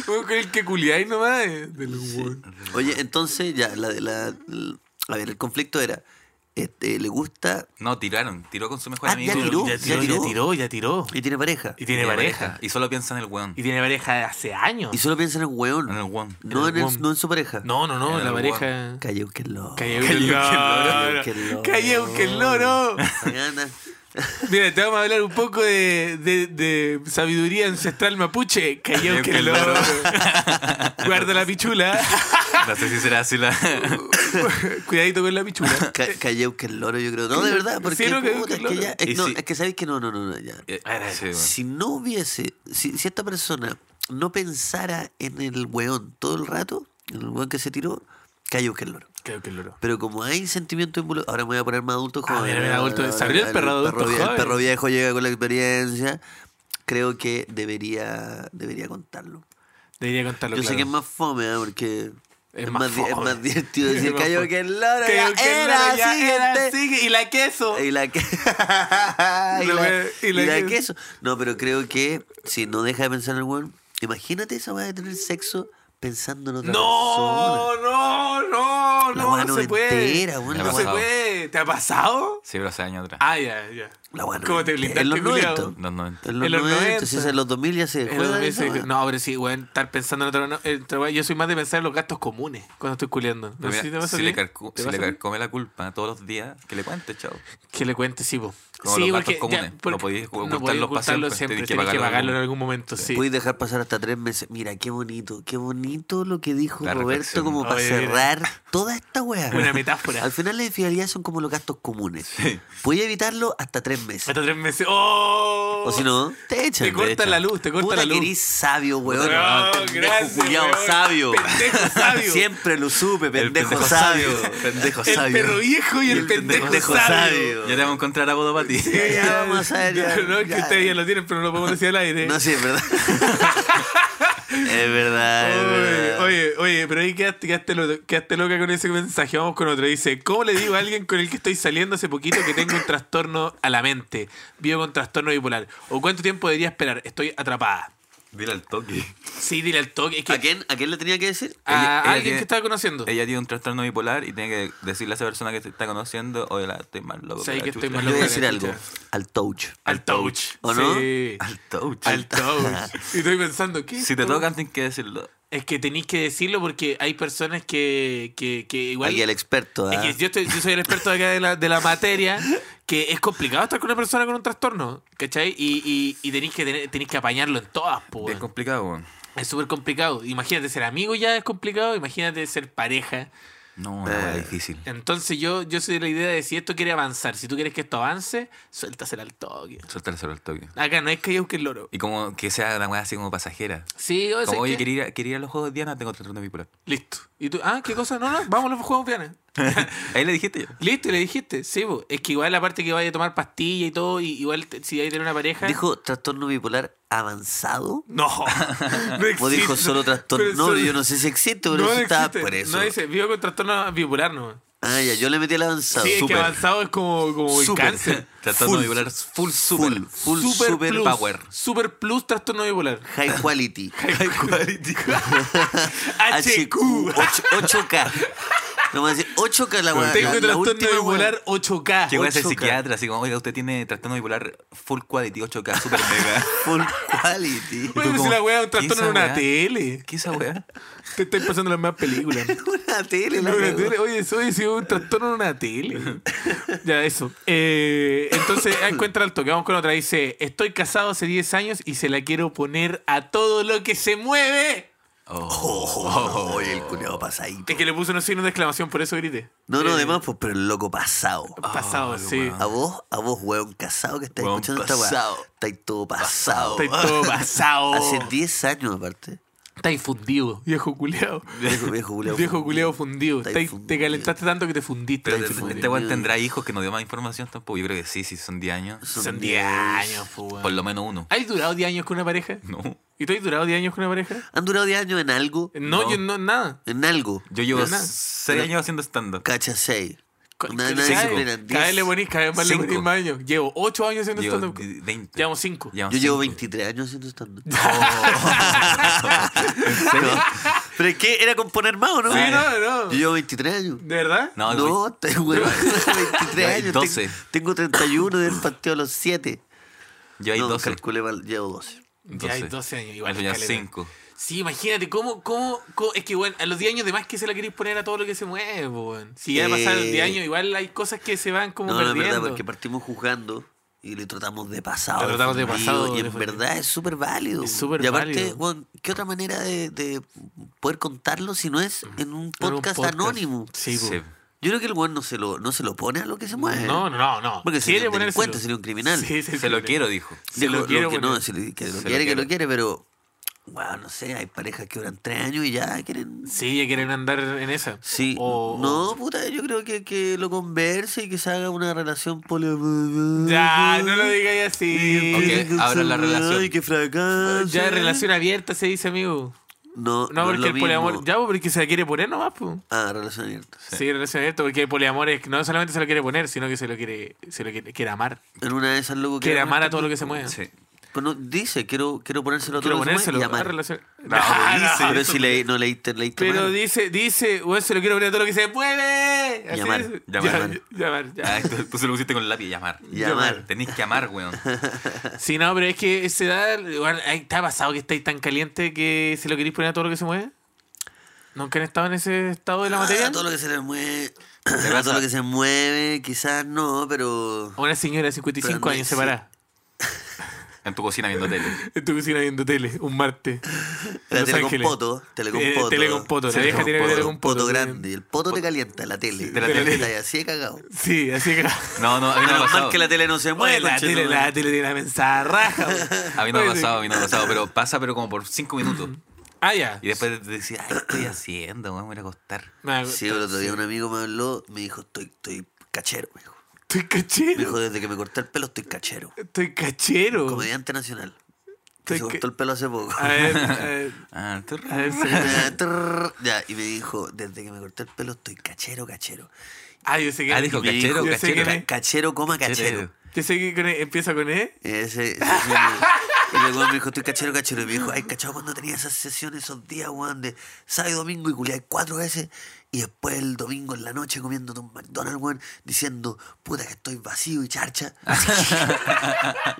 Speaker 2: Bueno, con el que culiáis nomás eh, del huevón.
Speaker 3: Oye, entonces ya, la de la... la- A ver, el conflicto era, este, le gusta
Speaker 4: No, tiraron. Tiró con su mejor
Speaker 3: Ah,
Speaker 4: amigo.
Speaker 3: ya tiró,
Speaker 2: ya tiró, ya tiró, ya tiró.
Speaker 3: y tiene pareja.
Speaker 2: Y tiene pareja.
Speaker 4: Y solo piensa en el weón.
Speaker 2: Y tiene pareja de hace años.
Speaker 3: Y solo piensa en el huevón,
Speaker 4: En el weón.
Speaker 3: no,
Speaker 2: en
Speaker 3: en
Speaker 2: el
Speaker 3: el-
Speaker 2: huevón.
Speaker 3: no en su pareja.
Speaker 2: No, no, no, la
Speaker 4: Era el
Speaker 2: pareja.
Speaker 3: Calleu que el loro.
Speaker 2: Cayó que el loro.
Speaker 3: que el loro.
Speaker 2: Cayó que el loro.
Speaker 3: Mañana.
Speaker 2: Mira, te vamos a hablar un poco de, de- de sabiduría ancestral mapuche. Cayó que lo. Guarda la pichula.
Speaker 4: No sé si será así la.
Speaker 2: Cuidadito con la pichula.
Speaker 3: Ca- Calleu que el loro, yo creo. No, de verdad, porque
Speaker 2: Sí, no, Calleu que
Speaker 3: puta, es
Speaker 2: el
Speaker 3: que
Speaker 2: loro.
Speaker 3: ya. Es,
Speaker 4: Y
Speaker 3: no,
Speaker 4: si-
Speaker 3: es que sabéis que no, no, no, no, ya.
Speaker 4: Eh,
Speaker 2: Ahora,
Speaker 4: sí, weón.
Speaker 3: Si no hubiese, si, si esta persona no pensara en el weón todo el rato, en el weón que se tiró, Calleu que el loro.
Speaker 2: Cayó que el loro.
Speaker 3: Pero como hay sentimiento involucrado, ahora me voy a poner más adulto
Speaker 2: Ah,
Speaker 3: joven.
Speaker 2: mira, mira, adulto.
Speaker 3: ahora,
Speaker 2: Se abrió el perro adulto
Speaker 3: vie-
Speaker 2: joven.
Speaker 3: El perro viejo llega con la experiencia. Creo que debería, debería contarlo.
Speaker 2: Debería contarlo.
Speaker 3: Yo sé
Speaker 2: claro.
Speaker 3: que es más fome, ¿eh? porque
Speaker 2: Es
Speaker 3: es,
Speaker 2: más
Speaker 3: más di- es
Speaker 2: fome.
Speaker 3: más divertido decir
Speaker 2: Es más
Speaker 3: cayó
Speaker 2: fome.
Speaker 3: que el loro.
Speaker 2: Cayó
Speaker 3: ya
Speaker 2: que el
Speaker 3: era, Eh,
Speaker 2: loro, ya era,
Speaker 3: siguiente.
Speaker 2: sigue. Y la queso.
Speaker 3: Y la que. y,
Speaker 2: Lo
Speaker 3: la,
Speaker 2: ve- y la
Speaker 3: y la
Speaker 2: que-
Speaker 3: queso. No, pero creo que si no deja de pensar en el weón, imagínate esa weá de tener sexo pensando en otra persona.
Speaker 2: No, no, no,
Speaker 3: La
Speaker 2: no,
Speaker 3: weá
Speaker 2: no
Speaker 3: no
Speaker 2: se puede.
Speaker 3: entera, weón,
Speaker 2: No
Speaker 4: la
Speaker 2: se
Speaker 4: weá.
Speaker 2: puede. ¿Te, te ha pasado?
Speaker 4: Sí, pero hace años atrás.
Speaker 2: Ah, ya, ya.
Speaker 3: La buena.
Speaker 2: ¿Cómo te blindaste,
Speaker 3: En los
Speaker 2: culiao?
Speaker 3: 90.
Speaker 4: Los 90.
Speaker 3: En los
Speaker 2: En los
Speaker 3: 90,
Speaker 2: 90.
Speaker 3: si es en los 2000 ya se
Speaker 2: En
Speaker 3: juega
Speaker 2: los meses-
Speaker 3: esa weá.
Speaker 2: no, pero sí, weón, estar pensando en otra, en otra weá. Yo soy más de pensar en los gastos comunes cuando estoy culiando. No sé
Speaker 4: Mira,
Speaker 2: si te pasa
Speaker 4: si
Speaker 2: a
Speaker 4: le,
Speaker 2: ti.
Speaker 4: carcu-
Speaker 2: ¿Te
Speaker 4: si le
Speaker 2: pasa a ti?
Speaker 4: carcome la culpa todos los días, que le cuente, chao.
Speaker 2: Que le cuentes, sí, po.
Speaker 4: Como
Speaker 2: sí,
Speaker 4: los gastos
Speaker 2: porque
Speaker 4: comunes, no
Speaker 2: porque
Speaker 4: podías ocultarlos
Speaker 2: no podías
Speaker 4: pa'
Speaker 2: ocultarlo
Speaker 4: siempre,
Speaker 2: siempre.
Speaker 4: tenés
Speaker 2: Tienes
Speaker 4: que
Speaker 2: que pagarlo,
Speaker 4: pagarlo en
Speaker 2: en algún momento, sí.
Speaker 3: Puedes dejar pasar hasta tres meses. Mira, qué bonito, qué bonito lo que dijo
Speaker 4: La
Speaker 3: Roberto
Speaker 4: reflexión.
Speaker 3: como para
Speaker 2: Oye, mira.
Speaker 3: cerrar toda esta weá.
Speaker 2: Una metáfora.
Speaker 3: Al final las infidelidades son como los gastos comunes.
Speaker 4: Sí.
Speaker 3: Puedes evitarlo hasta tres meses.
Speaker 2: Hasta tres meses. ¡Oh!
Speaker 3: O si no, te echan.
Speaker 2: Te cortan
Speaker 3: echan.
Speaker 2: la luz, te cortan
Speaker 3: Puta
Speaker 2: la luz.
Speaker 3: que eres sabio, weón.
Speaker 2: No,
Speaker 3: Pendejo
Speaker 2: gracias,
Speaker 3: culiao
Speaker 2: weón.
Speaker 3: sabio.
Speaker 2: Pendejo sabio.
Speaker 3: Siempre lo supe, pendejo,
Speaker 4: pendejo
Speaker 3: sabio.
Speaker 4: sabio.
Speaker 3: Pendejo
Speaker 2: el
Speaker 3: sabio.
Speaker 2: perro viejo y el, pendejo, sabio.
Speaker 4: Ya te vamos a encontrar a Bodo para ti.
Speaker 3: Ya, ya vamos a saber, ya,
Speaker 2: no, es que
Speaker 3: ya.
Speaker 2: ustedes ya lo tienen, pero no lo podemos decir al aire.
Speaker 3: No, sí, es verdad. es verdad, es
Speaker 2: Oye,
Speaker 3: verdad.
Speaker 2: oye, oye, pero ahí quedaste, quedaste, lo- quedaste loca con ese mensaje. Vamos con otro. Dice, ¿cómo le digo a alguien con el que estoy saliendo hace poquito que tengo un trastorno a la mente? Vivo con trastorno bipolar. ¿O cuánto tiempo debería esperar? Estoy atrapada.
Speaker 4: Dile al toque.
Speaker 2: Sí, dile al toque. Es que
Speaker 3: ¿A quién, ¿A quién le tenía que decir?
Speaker 2: a
Speaker 4: Ella- ella
Speaker 2: alguien
Speaker 4: tiene-
Speaker 2: que estaba conociendo.
Speaker 4: Ella tiene un trastorno bipolar y tiene que decirle a esa persona que te está conociendo, oye, la, estoy mal loco.
Speaker 2: Sabes
Speaker 4: la
Speaker 2: que estoy
Speaker 4: chucha".
Speaker 2: mal
Speaker 3: Le voy a
Speaker 2: loco.
Speaker 3: decir
Speaker 2: la
Speaker 3: algo.
Speaker 2: chucha.
Speaker 3: Al touch.
Speaker 2: Al touch.
Speaker 3: ¿O no?
Speaker 2: Sí.
Speaker 4: Al touch.
Speaker 2: Al touch. Y estoy pensando, ¿qué? es
Speaker 4: Si te
Speaker 2: touch?
Speaker 4: tocan, tienes que decirlo.
Speaker 2: Es que tenéis que decirlo porque hay personas que, que, que igual...
Speaker 3: Aquí el experto.
Speaker 2: Es
Speaker 3: ¿ah?
Speaker 2: que yo, estoy- yo soy el experto acá de la, de la materia, que es complicado estar con una persona con un trastorno, ¿cachai? Y, y, y tenéis que tener- tenéis que apañarlo en todas, po,
Speaker 4: Es
Speaker 2: weón.
Speaker 4: complicado, weón.
Speaker 2: Es súper complicado. Imagínate ser amigo ya es complicado, imagínate ser pareja.
Speaker 4: No, no, es difícil.
Speaker 2: Entonces yo, yo soy de la idea de si esto quiere avanzar, si tú quieres que esto avance, suéltasela al toque.
Speaker 4: Suéltaselo al toque.
Speaker 2: Acá no es que yo busque el loro.
Speaker 4: Y como que sea la weá así como pasajera.
Speaker 2: Sí, o sea,
Speaker 4: Como,
Speaker 2: es
Speaker 4: oye,
Speaker 2: que-
Speaker 4: quería ir, a- quería ir a los juegos de Diana, tengo trastorno bipolar.
Speaker 2: Listo. ¿Y tú? Ah, ¿qué cosa? No, no, vamos a los juegos pianos.
Speaker 4: Ahí le dijiste yo.
Speaker 2: Listo, y le dijiste. Sí, po. es que igual la parte que vaya a tomar pastilla y todo, y igual te- si hay tener una pareja...
Speaker 3: ¿Dijo trastorno bipolar avanzado?
Speaker 2: No. no
Speaker 3: ¿O Pues dijo
Speaker 2: existe.
Speaker 3: solo trastorno?
Speaker 2: Pero
Speaker 3: No,
Speaker 2: solo-
Speaker 3: yo no sé si existe, pero
Speaker 2: no
Speaker 3: eso estaba
Speaker 2: existe.
Speaker 3: por eso.
Speaker 2: No dice, vivo con trastorno bipolar, no.
Speaker 3: Ah, ya, yo le metí el avanzado.
Speaker 2: Sí, es que
Speaker 3: Súper.
Speaker 2: avanzado es como, como el
Speaker 3: Súper.
Speaker 2: cáncer.
Speaker 4: Trastorno
Speaker 3: Full.
Speaker 4: bipolar full super.
Speaker 3: Full, full, super
Speaker 2: plus,
Speaker 4: power.
Speaker 2: Super plus trastorno bipolar.
Speaker 3: High quality.
Speaker 2: HQ.
Speaker 3: HQ. 8, k No me decir 8K la weá.
Speaker 2: Tengo
Speaker 3: la- la
Speaker 2: trastorno
Speaker 3: última weá.
Speaker 2: bipolar 8K.
Speaker 4: Que voy a ser
Speaker 3: 8K.
Speaker 4: psiquiatra, así como, oiga, usted tiene trastorno bipolar full quality 8K, super mega.
Speaker 3: Full quality.
Speaker 2: Oye, pero
Speaker 4: como,
Speaker 2: si la weá es un
Speaker 4: ¿qué
Speaker 2: trastorno en
Speaker 4: esa
Speaker 2: una
Speaker 4: weá?
Speaker 2: tele.
Speaker 4: ¿Qué es esa weá?
Speaker 2: Te estoy pasando las más películas.
Speaker 3: Una tele, la
Speaker 2: Una
Speaker 3: weá.
Speaker 2: tele. Oye, soy si un trastorno en una tele. ya, eso. Eh, entonces, ah, encuentra al toque. Vamos con otra. Dice: Estoy casado hace 10 años y se la quiero poner a todo lo que se mueve.
Speaker 3: Oh, oye, el culiao pasadito.
Speaker 2: Es que le puse unos signos de exclamación, por eso grité.
Speaker 3: No, no,
Speaker 2: Eh,
Speaker 3: además, pues, pero el loco pasado.
Speaker 2: Pasado,
Speaker 4: Ah,
Speaker 2: sí.
Speaker 4: weón.
Speaker 3: A vos, a vos, weón, casado que estás
Speaker 4: Weón
Speaker 3: escuchando esta
Speaker 4: pasado.
Speaker 3: weá. Estáis todo pasado.
Speaker 2: Estáis todo pasado.
Speaker 3: Hace 10 años, aparte.
Speaker 2: Estáis fundido, viejo culeado.
Speaker 3: Viejo, viejo culiao.
Speaker 2: Viejo culeado fundido.
Speaker 3: Estáis
Speaker 2: Estáis- te
Speaker 3: fundido.
Speaker 2: calentaste tanto que te fundiste.
Speaker 4: Pero
Speaker 2: Estáis
Speaker 4: este-
Speaker 2: fundido.
Speaker 4: este weón tendrá hijos que no dio más información tampoco. Yo creo que sí, si son 10 años.
Speaker 2: Son 10 años, po, weón.
Speaker 4: Por lo menos uno.
Speaker 2: ¿Has durado 10 años con una pareja?
Speaker 4: No.
Speaker 2: ¿Y tú has durado 10 años con una pareja?
Speaker 3: ¿Han durado 10 años en algo?
Speaker 2: No,
Speaker 4: No.
Speaker 2: yo no, nada.
Speaker 3: En algo.
Speaker 4: Yo llevo
Speaker 2: De nada.
Speaker 4: 6 años haciendo stand-up.
Speaker 3: Cacha 6.
Speaker 2: Ca-
Speaker 3: Nada,
Speaker 2: cada-
Speaker 3: nadie se
Speaker 2: cada-
Speaker 3: plena,
Speaker 2: Cada vez le
Speaker 3: 10.
Speaker 2: ponís, cada vez más le
Speaker 4: Cinco.
Speaker 2: ponís más años. Llevo 8 años haciendo
Speaker 4: Llevo
Speaker 2: stand-up.
Speaker 4: 20.
Speaker 2: Llevamos 5.
Speaker 4: Llevamos
Speaker 3: Yo llevo
Speaker 4: cinco.
Speaker 3: 23 años haciendo stand-up. Pero es que era componer más, ¿o no?
Speaker 2: Sí, no, no.
Speaker 3: Yo llevo 23 años.
Speaker 2: ¿De verdad?
Speaker 4: No,
Speaker 3: No, te- weón, 23
Speaker 4: Ya,
Speaker 3: años.
Speaker 4: 12.
Speaker 3: Tengo, tengo 31 del partido a los 7.
Speaker 4: lleváis
Speaker 3: No,
Speaker 4: 12.
Speaker 3: calculé mal, llevo 12.
Speaker 2: Ya hay 12 años, igual.
Speaker 4: Yo llevo
Speaker 2: caleta.
Speaker 4: 5.
Speaker 2: Sí, imagínate, ¿cómo, cómo, cómo- Es que, bueno, a los 10 años de más que se la queréis poner a todo lo que se mueve, po, weón. Si ya
Speaker 3: Eh.
Speaker 2: pasaron 10 años, igual hay cosas que se van como
Speaker 3: No, no, es
Speaker 2: perdiendo.
Speaker 3: verdad, porque partimos juzgando y le tratamos de pasado.
Speaker 2: Le tratamos de
Speaker 3: fundido,
Speaker 2: pasado,
Speaker 3: Y
Speaker 2: de
Speaker 3: en
Speaker 2: fundido.
Speaker 3: verdad es súper válido.
Speaker 2: Es súper
Speaker 3: y aparte,
Speaker 2: válido.
Speaker 3: weón, ¿qué otra manera de, de poder contarlo si no es en un
Speaker 2: Pero un
Speaker 3: podcast, anónimo?
Speaker 2: Sí, pues. po.
Speaker 4: Sí.
Speaker 3: Yo creo que el weón no se lo, no se lo pone a lo que se mueve.
Speaker 2: No, no, no, no.
Speaker 3: Porque sería un
Speaker 2: ponérselo.
Speaker 3: delincuente, sería un criminal.
Speaker 2: Sí, sí,
Speaker 4: Se lo
Speaker 2: sí.
Speaker 4: quiero, dijo.
Speaker 2: Se
Speaker 3: Digo,
Speaker 2: lo quiero
Speaker 3: que
Speaker 2: poner.
Speaker 3: no, se lo- que lo
Speaker 4: Se lo
Speaker 3: quiere, que
Speaker 4: quiero.
Speaker 3: lo quiere, pero wow, no sé, hay parejas que duran tres años y ya quieren.
Speaker 2: Sí, ya quieren andar en esa.
Speaker 3: Sí.
Speaker 2: O-
Speaker 3: No, puta, yo creo que, que lo converse y que se haga una relación poli.
Speaker 2: Ya, no lo digas así.
Speaker 4: Ok, ahora la relación.
Speaker 3: Ay, que fracaso.
Speaker 2: Ya de relación abierta se dice, amigo.
Speaker 3: No,
Speaker 2: No, porque el poliamor.
Speaker 3: Ya.
Speaker 2: Ya, porque se la quiere poner nomás, po.
Speaker 3: Ah, relación abierta.
Speaker 2: Sí, relación abierta, porque el poliamor es, no solamente se lo quiere poner, sino que se lo quiere, se lo quiere, quiere amar.
Speaker 3: En una de esas loco
Speaker 2: Quiere
Speaker 3: queda
Speaker 2: amar a
Speaker 3: muerto.
Speaker 2: todo lo que se mueve.
Speaker 4: Sí.
Speaker 3: Pues no, dice, quiero, quiero ponérselo
Speaker 2: Quiero
Speaker 3: todo en su
Speaker 2: ponérselo.
Speaker 3: mano y
Speaker 2: a
Speaker 3: amar.
Speaker 2: relación-
Speaker 4: No,
Speaker 2: No,
Speaker 4: pero
Speaker 2: no.
Speaker 4: dice
Speaker 3: Pero
Speaker 4: eso,
Speaker 3: si le, no leíste, leíste
Speaker 2: Pero
Speaker 3: mal.
Speaker 2: dice, dice, bueno, se lo quiero poner a todo lo que se puede. Así
Speaker 3: Llamar,
Speaker 2: es.
Speaker 4: llamar,
Speaker 2: Ya-
Speaker 3: llamar.
Speaker 2: llamar, ya.
Speaker 4: Ah, tú, tú se lo pusiste con el lápiz, llamar.
Speaker 3: Llamar.
Speaker 4: Tenés que amar, weón.
Speaker 2: Sí, no, pero es que se da. Igual, ahí ¿Te ha pasado que estáis tan caliente que se lo queréis poner a todo lo que se mueve? ¿Nunca han estado en ese estado de la materia?
Speaker 3: Ah, todo lo que se le mueve. A todo lo que se mueve, quizás no, pero.
Speaker 2: Una señora de 55
Speaker 3: Pero no
Speaker 2: años
Speaker 3: es-
Speaker 2: separada.
Speaker 4: En tu cocina viendo tele.
Speaker 2: En tu cocina viendo tele, un martes.
Speaker 3: La
Speaker 2: Los
Speaker 3: tele con
Speaker 2: Ángeles.
Speaker 3: poto, tele con
Speaker 2: Eh,
Speaker 3: poto.
Speaker 2: tele con poto, la
Speaker 3: Tele
Speaker 2: vieja
Speaker 3: con
Speaker 2: tiene
Speaker 3: poto,
Speaker 2: tele con poto,
Speaker 3: poto
Speaker 2: sí.
Speaker 3: grande. El poto te calienta la tele.
Speaker 4: de la tele.
Speaker 3: Está ahí así de cagado.
Speaker 2: Sí, así que.
Speaker 4: No, no, a mí no me ha
Speaker 3: Menos mal
Speaker 4: pasado.
Speaker 3: que la tele no se mueve.
Speaker 2: Oye, la
Speaker 3: conchetumare.
Speaker 2: tele, la tele tiene la mensaje raja.
Speaker 4: A mí no me ha pasado, a mí no me ha pasado. Pero pasa, pero como por cinco minutos.
Speaker 2: Ah, ya.
Speaker 4: Y después te decís, ay, ¿qué estoy haciendo? weón? Me voy a ir a acostar.
Speaker 2: Me-
Speaker 3: Sí, el otro día un amigo me habló, me dijo, estoy, estoy cachero, me dijo.
Speaker 2: Estoy
Speaker 3: Me
Speaker 2: cachero.
Speaker 3: dijo, desde que me corté el pelo estoy cachero.
Speaker 2: Estoy cachero.
Speaker 3: Comediante nacional. Que
Speaker 2: Estoy
Speaker 3: se cortó
Speaker 2: ca-
Speaker 3: el pelo hace poco.
Speaker 2: A ver, a ver.
Speaker 4: Ah, tú-
Speaker 2: A ver, se-
Speaker 3: Trrr, ya, y me dijo, desde que me corté el pelo estoy cachero, cachero.
Speaker 2: Ah, yo sé que.
Speaker 4: Ah, dijo
Speaker 2: yo sé
Speaker 4: cachero,
Speaker 2: que- que-
Speaker 4: cachero.
Speaker 3: Ca- Cachero, coma, cachero.
Speaker 2: Yo sé que con E- empieza con E.
Speaker 3: Ese, ese fue mi- y luego me dijo, estoy cachero, cachero. Y me dijo, ay, cachado, cuando tenía esas sesiones esos días, weón, de sábado y domingo y culiáis cuatro veces. Y después el domingo en la noche comiéndote un McDonald's, weón, diciendo, puta que estoy vacío y charcha.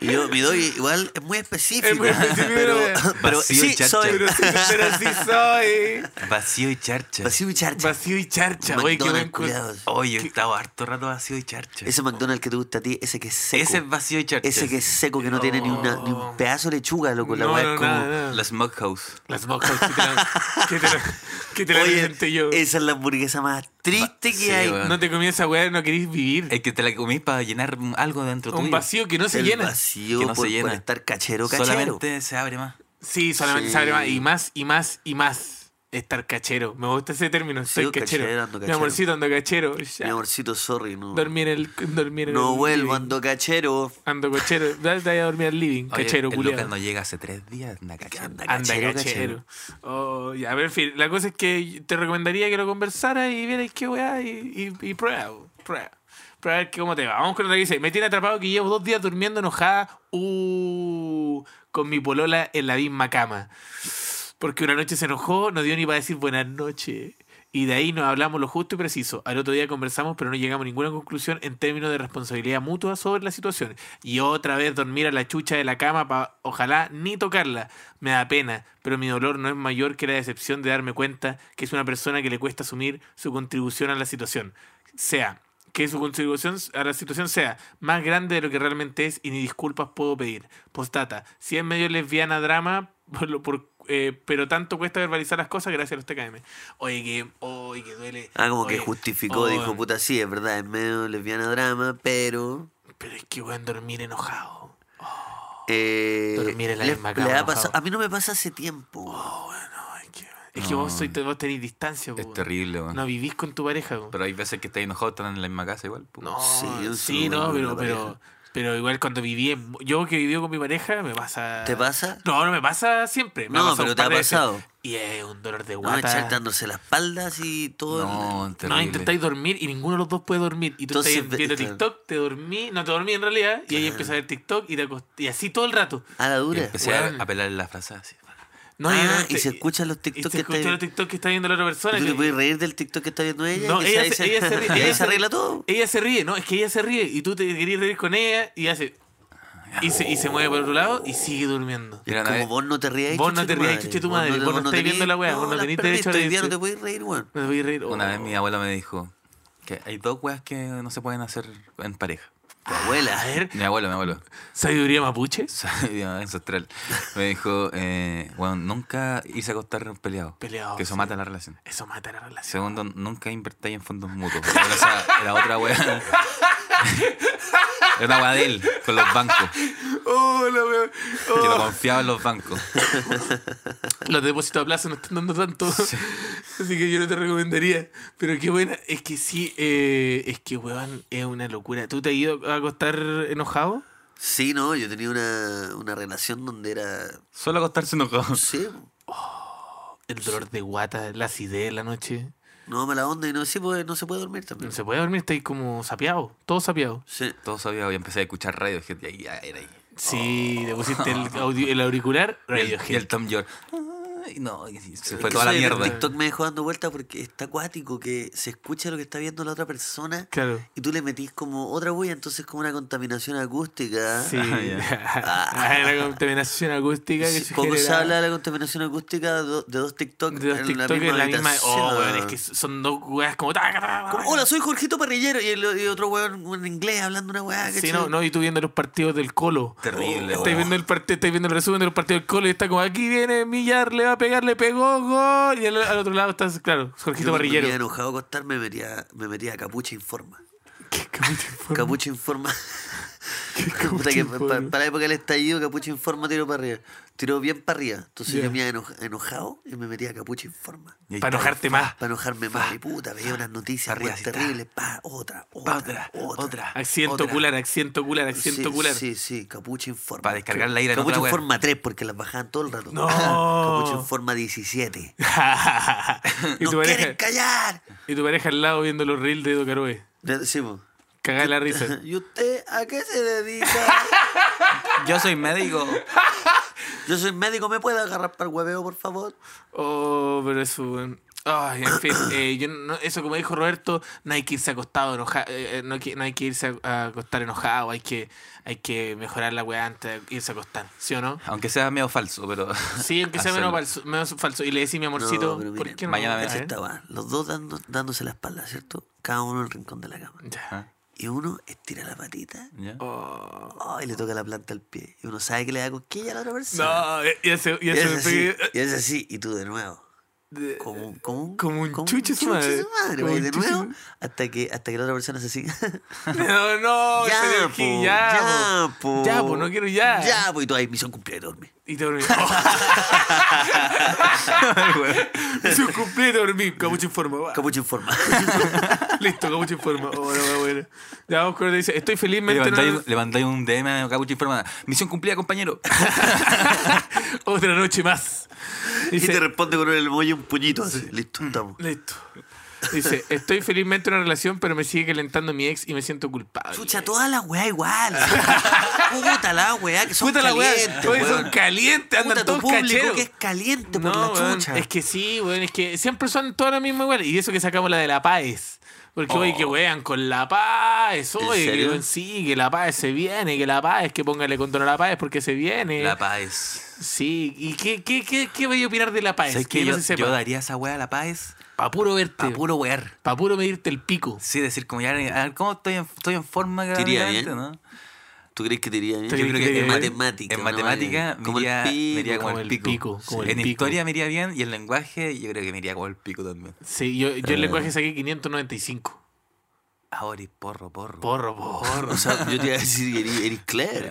Speaker 3: y yo, mi doy igual es muy específico.
Speaker 2: Es muy específico,
Speaker 3: pero,
Speaker 2: pero-
Speaker 3: pero
Speaker 4: Vacío y
Speaker 3: sí,
Speaker 4: charcha.
Speaker 3: soy
Speaker 2: Pero sí, pero sí soy.
Speaker 4: Vacío y charcha.
Speaker 3: vacío y charcha.
Speaker 2: Vacío y charcha. Oye, qué buen
Speaker 3: McDonald's,
Speaker 2: cu-
Speaker 3: culiados.
Speaker 4: Oye, yo he estado harto rato vacío y charcha.
Speaker 3: Ese McDonald's que te gusta a ti, ese que es seco.
Speaker 4: Ese es vacío y charcha.
Speaker 3: Ese que es seco, que no tiene ni, una, ni un pedazo de lechuga, loco. La
Speaker 2: No,
Speaker 3: weá
Speaker 2: no,
Speaker 3: es como.
Speaker 2: nada, nada.
Speaker 4: Ah, La Smokehouse.
Speaker 2: Las moscas que te la, que te la, que te la
Speaker 3: Oye,
Speaker 2: presenté yo.
Speaker 3: Esa es la hamburguesa más triste que
Speaker 4: Sí,
Speaker 3: hay.
Speaker 4: weón.
Speaker 2: No te comí esa weá, no querís vivir.
Speaker 4: El que te la comís para llenar algo dentro tuyo.
Speaker 2: un vacío que no se
Speaker 3: el
Speaker 2: llena.
Speaker 3: vacío
Speaker 4: que no se
Speaker 3: por, por
Speaker 4: llena.
Speaker 3: estar cachero, cachero.
Speaker 4: Solamente se abre más.
Speaker 2: Sí, solamente
Speaker 3: Sí.
Speaker 2: sabe más. Y más, y más, y más. Estar cachero. Me gusta ese término.
Speaker 3: Sí,
Speaker 2: Soy
Speaker 3: yo
Speaker 2: cachero.
Speaker 3: cachero, ando
Speaker 2: Mi
Speaker 3: cachero.
Speaker 2: amorcito ando cachero. Ya.
Speaker 3: Mi amorcito, sorry, no.
Speaker 2: Dormí en el. Dormí en
Speaker 3: no
Speaker 2: el
Speaker 3: vuelvo,
Speaker 2: living.
Speaker 3: ando cachero.
Speaker 2: Ando cochero. Dale ahí a dormir al living.
Speaker 4: Oye,
Speaker 2: cachero,
Speaker 4: el local
Speaker 2: culiado.
Speaker 4: no llega hace tres días. Anda, cachero.
Speaker 3: Anda,
Speaker 2: Anda
Speaker 3: cachero,
Speaker 2: cachero.
Speaker 3: cachero.
Speaker 2: Oh, ya, pero en fin, la cosa es que te recomendaría que lo conversaras y vieras qué weá y, y, y prueba, bo, prueba. Prueba a ver qué- cómo te va. Vamos con otra que dice, me tiene atrapado que llevo dos días durmiendo enojada uh, con mi polola en la misma cama. Porque una noche se enojó, no dio ni para decir buenas noches. Y de ahí nos hablamos lo justo y preciso. Al otro día conversamos, pero no llegamos a ninguna conclusión en términos de responsabilidad mutua sobre la situación. Y otra vez dormir a la chucha de la cama para ojalá ni tocarla. Me da pena, pero mi dolor no es mayor que la decepción de darme cuenta que es una persona que le cuesta asumir su contribución a la situación. Sea que su contribución a la situación sea más grande de lo que realmente es y ni disculpas puedo pedir. Postata, si es medio lesbiana drama, por lo- por- eh, pero tanto cuesta verbalizar las cosas gracias a los TKM. Oye, que, oye, que duele.
Speaker 3: Ah, como que
Speaker 2: Oye,
Speaker 3: justificó,
Speaker 2: oh,
Speaker 3: dijo, puta, sí, es verdad, es medio lesbiana drama, pero.
Speaker 2: Pero es que voy a dormir enojado.
Speaker 3: Eh,
Speaker 2: Dormir en la
Speaker 3: le-
Speaker 2: misma
Speaker 3: le
Speaker 2: cama,
Speaker 3: ha pasado-
Speaker 2: Pau.
Speaker 3: a mí no me pasa hace tiempo.
Speaker 2: Oh, no, es que, es que vos, sois- vos tenés distancia, po,
Speaker 4: Es
Speaker 2: weón.
Speaker 4: terrible, weón.
Speaker 2: No vivís con tu pareja, po.
Speaker 4: Pero hay veces que estáis enojados, están en la misma casa igual. po.
Speaker 2: No,
Speaker 3: Sí,
Speaker 2: sí,
Speaker 3: yo soy
Speaker 2: no,
Speaker 3: una
Speaker 2: pero,
Speaker 3: pareja.
Speaker 2: pero, pero igual cuando viví, en- yo que viví con mi pareja, me pasa.
Speaker 3: ¿Te pasa?
Speaker 2: No, no me pasa siempre. Me
Speaker 3: No,
Speaker 2: ha pasado
Speaker 3: pero
Speaker 2: un
Speaker 3: te
Speaker 2: par
Speaker 3: ha
Speaker 2: de veces.
Speaker 3: pasado.
Speaker 2: Y es un dolor de
Speaker 3: No, echar
Speaker 2: guata. No,
Speaker 3: dándose las espaldas y todo.
Speaker 4: No, terrible.
Speaker 2: intentáis dormir y ninguno de los dos puede dormir. Y tú
Speaker 3: Entonces,
Speaker 2: estás viendo
Speaker 3: ve-
Speaker 2: TikTok, te dormí, no te dormí en realidad, y ahí empiezas a ver TikTok y, te acost- y así todo el rato.
Speaker 3: A la
Speaker 4: Y
Speaker 3: dura.
Speaker 4: empecé
Speaker 2: Weón.
Speaker 4: a, a pelar la frase así.
Speaker 2: No,
Speaker 3: Ah,
Speaker 2: no
Speaker 3: y
Speaker 2: te-
Speaker 3: se escuchan los
Speaker 2: Y
Speaker 3: TikTok
Speaker 2: se
Speaker 3: que está
Speaker 2: escuchan los TikTok que está viendo la otra persona.
Speaker 3: ¿Tú te
Speaker 2: que-
Speaker 3: puedes reír del TikTok que está viendo ella?
Speaker 2: No,
Speaker 3: y
Speaker 2: ella
Speaker 3: ahí
Speaker 2: se- ella se ríe,
Speaker 3: y
Speaker 2: ella
Speaker 3: ahí
Speaker 2: se-
Speaker 3: se arregla todo.
Speaker 2: Ella se ríe, ¿no? Es que ella se ríe y tú te querías reír con ella y hace. Y se, y se mueve por otro lado y sigue durmiendo.
Speaker 4: Mira, una
Speaker 3: como
Speaker 4: vez-
Speaker 3: vos no te rías,
Speaker 2: eh, Vos no te rías, chuche tu madre, vos no estáis viendo la weá, vos no tenés derecho a
Speaker 3: Hoy día
Speaker 2: reírte.
Speaker 3: no te puedes reír, weón.
Speaker 2: Me voy a reír.
Speaker 4: Una
Speaker 2: Oh.
Speaker 4: vez mi abuela me dijo que hay dos weas que no se pueden hacer en pareja.
Speaker 3: Tu abuela.
Speaker 2: A ver,
Speaker 4: Mi abuelo, mi abuelo.
Speaker 2: sabiduría mapuche.
Speaker 4: Sabiduría ancestral. Me dijo, eh, weón, nunca irse a acostar peleado.
Speaker 2: Peleado,
Speaker 4: Que eso
Speaker 2: sí.
Speaker 4: mata la relación.
Speaker 2: Eso mata la relación.
Speaker 4: Segundo, nunca invertáis en fondos mutuos. Bueno, esa era otra wea. Era una wea de él con los bancos.
Speaker 2: Oh, la wea.
Speaker 4: Que
Speaker 2: Oh.
Speaker 4: lo confiaba en los bancos.
Speaker 2: Los depósitos a plazo no están dando tanto. Así que yo no te recomendaría. Pero qué buena. Es que sí, eh, es que, weón, es una locura. ¿Tú te has ido a acostar enojado?
Speaker 3: Sí, no, yo tenía una, una relación donde era.
Speaker 4: Solo acostarse enojado.
Speaker 3: Sí,
Speaker 2: El dolor de guata, la acidez en la noche.
Speaker 3: no mala onda y no, sí, pues, no se puede dormir
Speaker 2: No
Speaker 3: también.
Speaker 2: se puede dormir, estáis como sapeado. Todo sapeado.
Speaker 3: Sí.
Speaker 4: Todo sabía, y empecé a escuchar radio. Dije, ya, ya, era ahí.
Speaker 2: Sí, te pusiste el, audio- el auricular.
Speaker 4: Y el,
Speaker 2: Radiohead.
Speaker 4: y el Tom York. Ay, no, y se fue
Speaker 3: Es que
Speaker 4: toda la
Speaker 3: eso de
Speaker 4: mierda.
Speaker 3: TikTok me dejó dando vueltas porque está acuático que se escucha lo que está viendo la otra persona
Speaker 2: Claro.
Speaker 3: y tú le metís como otra huella, entonces como una contaminación acústica.
Speaker 2: Sí.
Speaker 4: Ah, ya.
Speaker 3: Ah.
Speaker 2: la contaminación acústica que se
Speaker 3: Poco se
Speaker 2: genera
Speaker 3: habla de la contaminación acústica de, do- de dos TikTok
Speaker 2: de los
Speaker 3: en
Speaker 2: TikTok
Speaker 3: la misma
Speaker 2: en la misma. Oh,
Speaker 3: habitación.
Speaker 2: weón, es que son dos weas como.
Speaker 3: Como, Hola, soy Jorgito Parrillero y, el- y otro weón en inglés hablando una weá.
Speaker 2: Sí,
Speaker 3: Ah, ¿cachai?
Speaker 2: no, no, y tú viendo los partidos del Colo.
Speaker 4: Terrible.
Speaker 2: Estáis
Speaker 4: weón.
Speaker 2: viendo, el parte, estáis viendo el resumen de los partidos del Colo y está como aquí viene Millar, le va a pegar, le pegó, gol. Y al, al otro lado estás, claro,
Speaker 3: Yo
Speaker 2: Jorgito
Speaker 3: cuando me
Speaker 2: Parrillero.
Speaker 3: había enojado a acostar me metía, me metía a capucha informa.
Speaker 2: Qué capucha informe,
Speaker 3: Capucha informa.
Speaker 2: qué
Speaker 3: Puta
Speaker 2: capucha
Speaker 3: que pa- pa-
Speaker 2: informe.
Speaker 3: para la época del estallido, Capucha Informa tiró para arriba. Tiró bien para arriba. Entonces
Speaker 2: Ya.
Speaker 3: yo me había enoja- enojado y me metía a Capucha Informa.
Speaker 4: Y ahí
Speaker 2: Para
Speaker 4: está.
Speaker 2: enojarte más.
Speaker 3: Para enojarme más. Y puta, veía unas noticias
Speaker 4: Arriba
Speaker 3: weas
Speaker 4: sí está.
Speaker 3: terribles. Pa, otra, otra,
Speaker 4: Pa,
Speaker 3: otra,
Speaker 4: otra.
Speaker 2: Accidente
Speaker 4: otra.
Speaker 2: ocular, accidente ocular, accidente
Speaker 3: Sí,
Speaker 2: ocular.
Speaker 3: sí, sí, Capucha Informa.
Speaker 4: Para descargar la ira en
Speaker 3: Capucha
Speaker 4: otra wea.
Speaker 3: Informa 3, porque las bajaban todo el rato. Ah,
Speaker 2: No.
Speaker 3: Capucha Informa 17.
Speaker 2: y,
Speaker 3: ¡No
Speaker 2: tu pareja,
Speaker 3: quieren callar!
Speaker 2: y tu pareja al lado viendo los reels de Edo Caroe.
Speaker 3: Decimos.
Speaker 2: Cagá la risa.
Speaker 3: ¿Y usted a qué se dedica?
Speaker 4: Yo soy médico.
Speaker 3: Yo soy médico, ¿me puede agarrar para el hueveo, por favor?
Speaker 2: Oh, pero eso, weón. Ay, en fin, eh, yo no- eso como dijo Roberto, no hay que irse acostado enojado, no, hay que, no hay que irse a- a acostar enojado, hay que, hay que mejorar la weá antes de irse a acostar, ¿sí o no?
Speaker 4: Aunque sea medio falso, pero.
Speaker 2: Sí, aunque sea menos
Speaker 4: hacerlo.
Speaker 2: falso, menos falso. Y le decís, mi amorcito,
Speaker 3: No, pero
Speaker 2: ¿por
Speaker 3: miren,
Speaker 2: qué no?
Speaker 4: mañana me
Speaker 2: Ah,
Speaker 3: Así
Speaker 2: ¿eh?
Speaker 3: estaban, los dos dando- dándose la espalda, ¿cierto? Cada uno en el rincón de la cama.
Speaker 2: Ya.
Speaker 4: Ajá,
Speaker 3: Y uno estira la patita
Speaker 4: ¿Ah? ¿Ya?
Speaker 2: Oh.
Speaker 3: oh, y le toca la planta al pie. Y uno sabe que le da cosquilla a la otra persona.
Speaker 2: No, y ese, y
Speaker 3: y,
Speaker 2: ese,
Speaker 3: es así, y es así, y tú de nuevo.
Speaker 2: de- eh,
Speaker 3: Como, un- como, un-
Speaker 2: Como un chuche su madre. Como
Speaker 3: va, y
Speaker 2: un
Speaker 3: de
Speaker 2: chuche su
Speaker 3: nuevo,
Speaker 2: madre.
Speaker 3: hasta que, hasta que la otra persona se siga.
Speaker 2: No, no, Oh,
Speaker 3: ya,
Speaker 2: ese de aquí,
Speaker 3: po,
Speaker 2: ya,
Speaker 3: ya,
Speaker 2: po.
Speaker 3: po.
Speaker 2: Ya, po, no quiero ya.
Speaker 3: Ya, po, y tú ahí, misión cumplida, y duerme.
Speaker 2: Y te dormí. Oh, Misión completa, dormí. Capucho informa. va.
Speaker 3: Capucho informa.
Speaker 2: Listo, capucho informa. Oh, la wea buena. Ya vamos con lo que dice. Estoy
Speaker 4: Le
Speaker 2: felizmente. en una-
Speaker 4: mandáis, le mandáis un DM a Capucha Informada. Misión cumplida, compañero.
Speaker 2: Otra noche más.
Speaker 3: y
Speaker 2: Dice, Mm.
Speaker 3: te responde con el emoji un puñito así. Listo, estamos.
Speaker 2: Listo. Dice, estoy felizmente en una relación, pero me sigue calentando mi ex y me siento culpable.
Speaker 3: Chucha, toda la weá igual. Puta la weá, que son
Speaker 2: Puta la wea.
Speaker 3: calientes,
Speaker 2: Oye,
Speaker 3: weón.
Speaker 2: son calientes,
Speaker 3: Puta,
Speaker 2: andan
Speaker 3: tu
Speaker 2: todos
Speaker 3: público
Speaker 2: cacheros.
Speaker 3: que es caliente
Speaker 2: No,
Speaker 3: por la
Speaker 2: weón,
Speaker 3: chucha.
Speaker 2: es que sí, weón, es que siempre son todas las mismas iguales. Y eso que sacamos la de la Paez. Porque, oye, que wean con la Paez,
Speaker 3: Oh. ¿En
Speaker 2: oye, que
Speaker 3: serio?
Speaker 2: weón, sí, que la Paez se viene, que la Paez, que póngale control a la Paez porque se viene.
Speaker 4: La Paz.
Speaker 2: Sí, ¿y qué, qué, qué, qué voy a opinar de la Paez?
Speaker 4: ¿Sabes que
Speaker 2: no
Speaker 4: yo,
Speaker 2: se sepa.
Speaker 4: yo daría esa wea a la Paz
Speaker 2: Pa' puro verte,
Speaker 4: para puro wear.
Speaker 2: pa' puro medirte el pico.
Speaker 4: Sí, decir como ya, a ver, ¿cómo estoy en, estoy en forma?
Speaker 3: ¿Te iría
Speaker 4: gráficamente,
Speaker 3: bien?
Speaker 4: ¿no?
Speaker 3: ¿Tú crees que te iría bien?
Speaker 2: Yo creo que
Speaker 3: en
Speaker 2: te-
Speaker 3: matemática.
Speaker 4: En
Speaker 3: una
Speaker 4: matemática
Speaker 3: vaina.
Speaker 4: me
Speaker 3: como el
Speaker 4: iría,
Speaker 3: pico.
Speaker 4: me iría como, el pico.
Speaker 2: como el
Speaker 4: Sí. en
Speaker 2: pico.
Speaker 4: historia me iría bien y en lenguaje yo creo que me iría como el pico también.
Speaker 2: Sí, yo, yo el lenguaje saqué 595.
Speaker 4: Ahora y porro, porro.
Speaker 2: Porro, porro.
Speaker 3: O sea, yo te iba a decir que eres, eres Claire.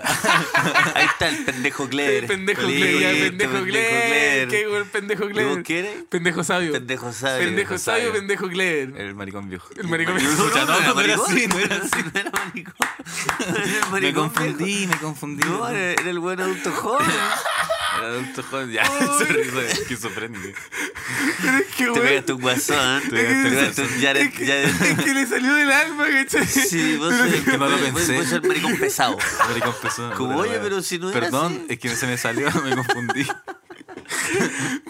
Speaker 3: Ahí está el pendejo Claire.
Speaker 2: El pendejo
Speaker 3: Listo,
Speaker 2: Claire, ya,
Speaker 3: listo,
Speaker 2: pendejo Claire. ¿Qué güey, el pendejo
Speaker 3: ¿Y vos
Speaker 2: Claire?
Speaker 3: qué eres?
Speaker 2: Pendejo sabio.
Speaker 3: Pendejo sabio.
Speaker 2: Pendejo sabio, pendejo Claire.
Speaker 4: El maricón viejo.
Speaker 2: El maricón.
Speaker 3: No,
Speaker 4: Chucha,
Speaker 3: no,
Speaker 4: Eh, no,
Speaker 3: no
Speaker 4: no
Speaker 3: era
Speaker 4: era
Speaker 3: maricón. No era así, no era maricón. Era el
Speaker 4: Me
Speaker 3: maricón viejo.
Speaker 4: confundí, me confundí.
Speaker 3: No, era era el buen adulto joven.
Speaker 4: El adulto joven, ya, se risa de esquizofrénico.
Speaker 2: Qué
Speaker 3: Te
Speaker 2: güey.
Speaker 3: pegaste un guasón. Te
Speaker 4: pegaste un
Speaker 3: pegaste un Jared. Jared-
Speaker 2: Es que le salió del alma, ¿cachai?
Speaker 3: Sí, vos sos el
Speaker 4: que no lo
Speaker 3: vos-
Speaker 4: pensé.
Speaker 3: Vos sos el maricón pesado.
Speaker 4: Me confesó.
Speaker 3: Como,
Speaker 4: puta la
Speaker 3: oye,
Speaker 4: wea.
Speaker 3: pero si no era
Speaker 4: Perdón,
Speaker 3: así.
Speaker 4: es que se me salió, me confundí.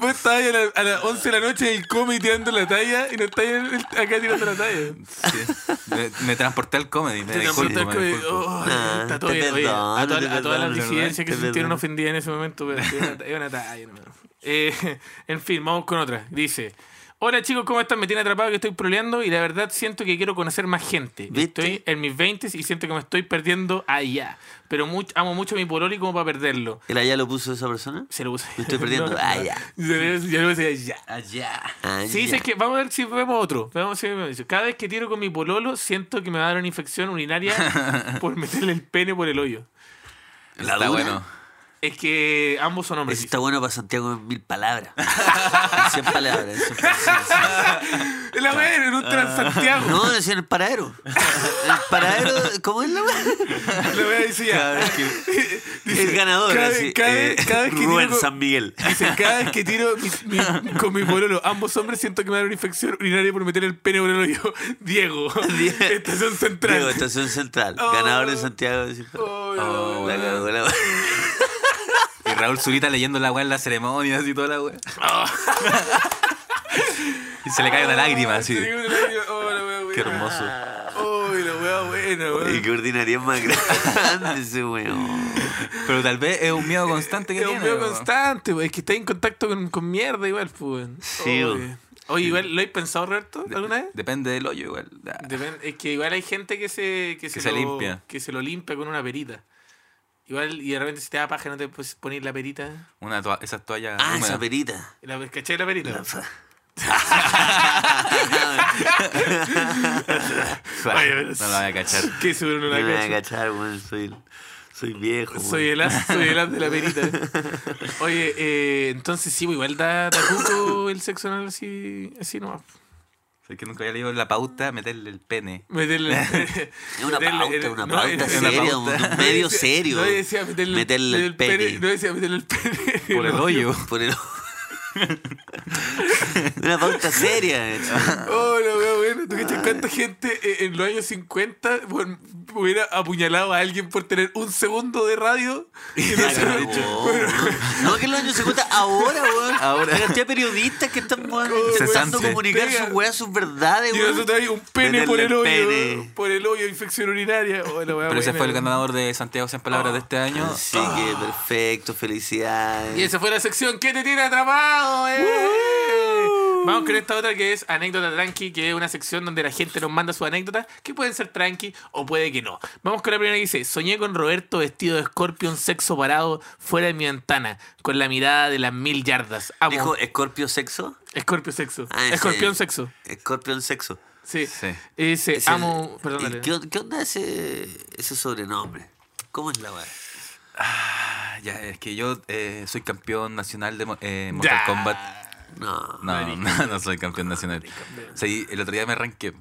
Speaker 2: Vos estabas ahí a la- a las 11 de la noche en el comedy tirando la talla y no estabas en el- acá tirando la talla.
Speaker 4: Sí. Me, me transporté al comedy. Me
Speaker 2: Te
Speaker 4: disculpo,
Speaker 2: transportaste
Speaker 4: me
Speaker 2: al comedy.
Speaker 4: disculpo.
Speaker 2: Oh,
Speaker 3: Ah,
Speaker 2: está
Speaker 3: te
Speaker 2: todo bien, oye,
Speaker 3: perdono,
Speaker 2: A
Speaker 3: te
Speaker 2: todas- a todas
Speaker 3: perdono,
Speaker 2: las disidencias
Speaker 3: te
Speaker 2: que se sintieron
Speaker 3: perdono.
Speaker 2: ofendidas en ese momento, pero es una- es una talla. nomás. Eh, en fin, vamos con otra. Dice. Hola chicos, ¿cómo están? Me tiene atrapado que estoy proleando y la verdad siento que quiero conocer más gente.
Speaker 3: ¿Viste?
Speaker 2: Estoy en mis 20 y siento que me estoy perdiendo allá. Pero mucho- amo mucho a mi pololi como para perderlo.
Speaker 3: ¿El allá lo puso esa persona?
Speaker 2: Se lo puse.
Speaker 3: Me estoy perdiendo allá.
Speaker 2: Yo lo puse allá.
Speaker 3: Ah,
Speaker 4: Allá.
Speaker 2: Sí, dice que vamos a ver si vemos otro. Vamos a ver si vemos otro. Cada vez que tiro con mi pololo, siento que me va a dar una infección urinaria por meterle el pene por el hoyo.
Speaker 3: ¿La
Speaker 4: Está
Speaker 3: dura?
Speaker 4: bueno.
Speaker 2: Es que ambos son hombres.
Speaker 3: Ese está bueno para Santiago en mil palabras. En cien palabras. eso fue, sí, sí.
Speaker 2: La weá en un Transantiago.
Speaker 3: No, decía en el paradero. El paradero, ¿cómo es la weá?
Speaker 2: La weá decía.
Speaker 3: El ganador.
Speaker 2: Cada-
Speaker 3: así,
Speaker 2: cada-
Speaker 3: eh,
Speaker 2: cada vez que
Speaker 3: Rubén
Speaker 2: digo-
Speaker 3: San Miguel.
Speaker 2: Dice, cada vez que tiro mi- mi- con mi pololo, ambos hombres siento que me dan una infección urinaria por meter el pene por el hoyo. Diego,
Speaker 3: Die-
Speaker 2: estación central.
Speaker 3: Diego, estación central.
Speaker 2: Oh.
Speaker 3: Ganador de Santiago. decía,
Speaker 2: Oh,
Speaker 3: "Oh, la cagó la weá".
Speaker 4: Y Raúl Zulita leyendo la weá en la ceremonia, así toda la weá.
Speaker 2: Oh.
Speaker 4: y se le cae una lágrima, así.
Speaker 2: Ah, Sí, una lágrima. Oh, la weá buena.
Speaker 4: Qué hermoso.
Speaker 2: Ay, la weá buena,
Speaker 3: Y
Speaker 2: weón.
Speaker 3: qué ordinaria más grande ese weón.
Speaker 2: Ah,
Speaker 4: Pero tal vez es un miedo constante que
Speaker 2: Es un
Speaker 4: tiene.
Speaker 2: miedo
Speaker 4: weón.
Speaker 2: constante, weón. Es que está en contacto con, con mierda igual, pues, weón.
Speaker 3: Sí,
Speaker 2: Oh,
Speaker 3: weón.
Speaker 2: weón. Oye, igual, ¿lo has pensado, Roberto, alguna vez?
Speaker 4: Depende del hoyo igual. Ah,
Speaker 2: Depen- es que igual hay gente que se, que se,
Speaker 4: se
Speaker 2: lo,
Speaker 4: limpia.
Speaker 2: Que se lo limpia con una perita. Igual, y de repente si te da paja no te puedes poner la perita.
Speaker 4: Una toa- esas toallas.
Speaker 3: Ah,
Speaker 4: húmedas.
Speaker 3: esa perita.
Speaker 2: La, ¿Cachai la perita?
Speaker 3: La fa-
Speaker 2: Oye, pero-
Speaker 4: No la voy a cachar.
Speaker 2: Que seguro no
Speaker 3: No
Speaker 2: la
Speaker 3: me voy a
Speaker 2: cacho.
Speaker 3: cachar, weón. Soy, soy viejo.
Speaker 2: Soy el
Speaker 3: weón.
Speaker 2: as, soy el as de la perita. Oye, eh, entonces sí, pues, igual da, da cuco el sexo anal así, así nomás.
Speaker 4: Es que nunca había leído la pauta, meterle el pene.
Speaker 2: Meterle.
Speaker 3: Es una
Speaker 2: meterle- eh,
Speaker 3: pauta, una
Speaker 2: no,
Speaker 3: pauta
Speaker 2: era-
Speaker 3: seria,
Speaker 4: pauta.
Speaker 3: un- un
Speaker 2: no
Speaker 3: medio
Speaker 2: decía-
Speaker 3: serio.
Speaker 2: No decía meterle,
Speaker 3: Meterle el pene.
Speaker 2: No decía meterle el pene.
Speaker 4: Por el hoyo.
Speaker 3: Por el- una pauta seria. de hecho.
Speaker 2: Oh, la wea buena. ¿Tú cachas cuánta gente eh, en los años 50 bueno, hubiera apuñalado a alguien por tener un segundo de radio? Y no se lo
Speaker 3: Cagó, weón. Oh. No, que en los años 50, ahora, weón.
Speaker 4: Ahora.
Speaker 3: La cantidad de periodistas que están, weón, intentando
Speaker 4: Cesante.
Speaker 3: comunicar sus weas, sus verdades,
Speaker 2: Y
Speaker 3: weón.
Speaker 2: nosotros ahí un pene
Speaker 3: Meterle
Speaker 2: por el
Speaker 3: el
Speaker 2: hoyo.
Speaker 3: pene.
Speaker 2: Por el hoyo, infección urinaria. Oh, la wea
Speaker 4: Pero ese
Speaker 2: buena.
Speaker 4: fue el ganador de Santiago 100 Palabras de
Speaker 3: Ah,
Speaker 4: este año.
Speaker 3: Así que perfecto, felicidades.
Speaker 2: Y esa fue la sección que te tiene atrapado. eh? Vamos con esta otra que es anécdota tranqui, que es una sección donde la gente nos manda sus anécdotas, que pueden ser tranqui o puede que no. Vamos con la primera que dice, soñé con Roberto vestido de escorpión, sexo parado, fuera de mi ventana, con la mirada de las mil yardas. Amo.
Speaker 3: Dijo Scorpio sexo.
Speaker 2: Escorpio sexo.
Speaker 3: Ah, ese-
Speaker 2: escorpión sexo.
Speaker 3: Scorpion sexo.
Speaker 2: Sí.
Speaker 4: Sí.
Speaker 2: Y dice,
Speaker 3: Es el-
Speaker 2: Eh, amo... perdón,
Speaker 3: ¿Y
Speaker 2: dale.
Speaker 3: ¿qué, on- qué onda ese, ese sobrenombre? ¿Cómo es la wea?
Speaker 4: Ah, ya, es que yo eh, soy campeón nacional de mo- eh, Mortal
Speaker 2: Ya.
Speaker 4: Kombat.
Speaker 3: No.
Speaker 4: No, no, no soy campeón nacional. Sí, el otro día me ranqué.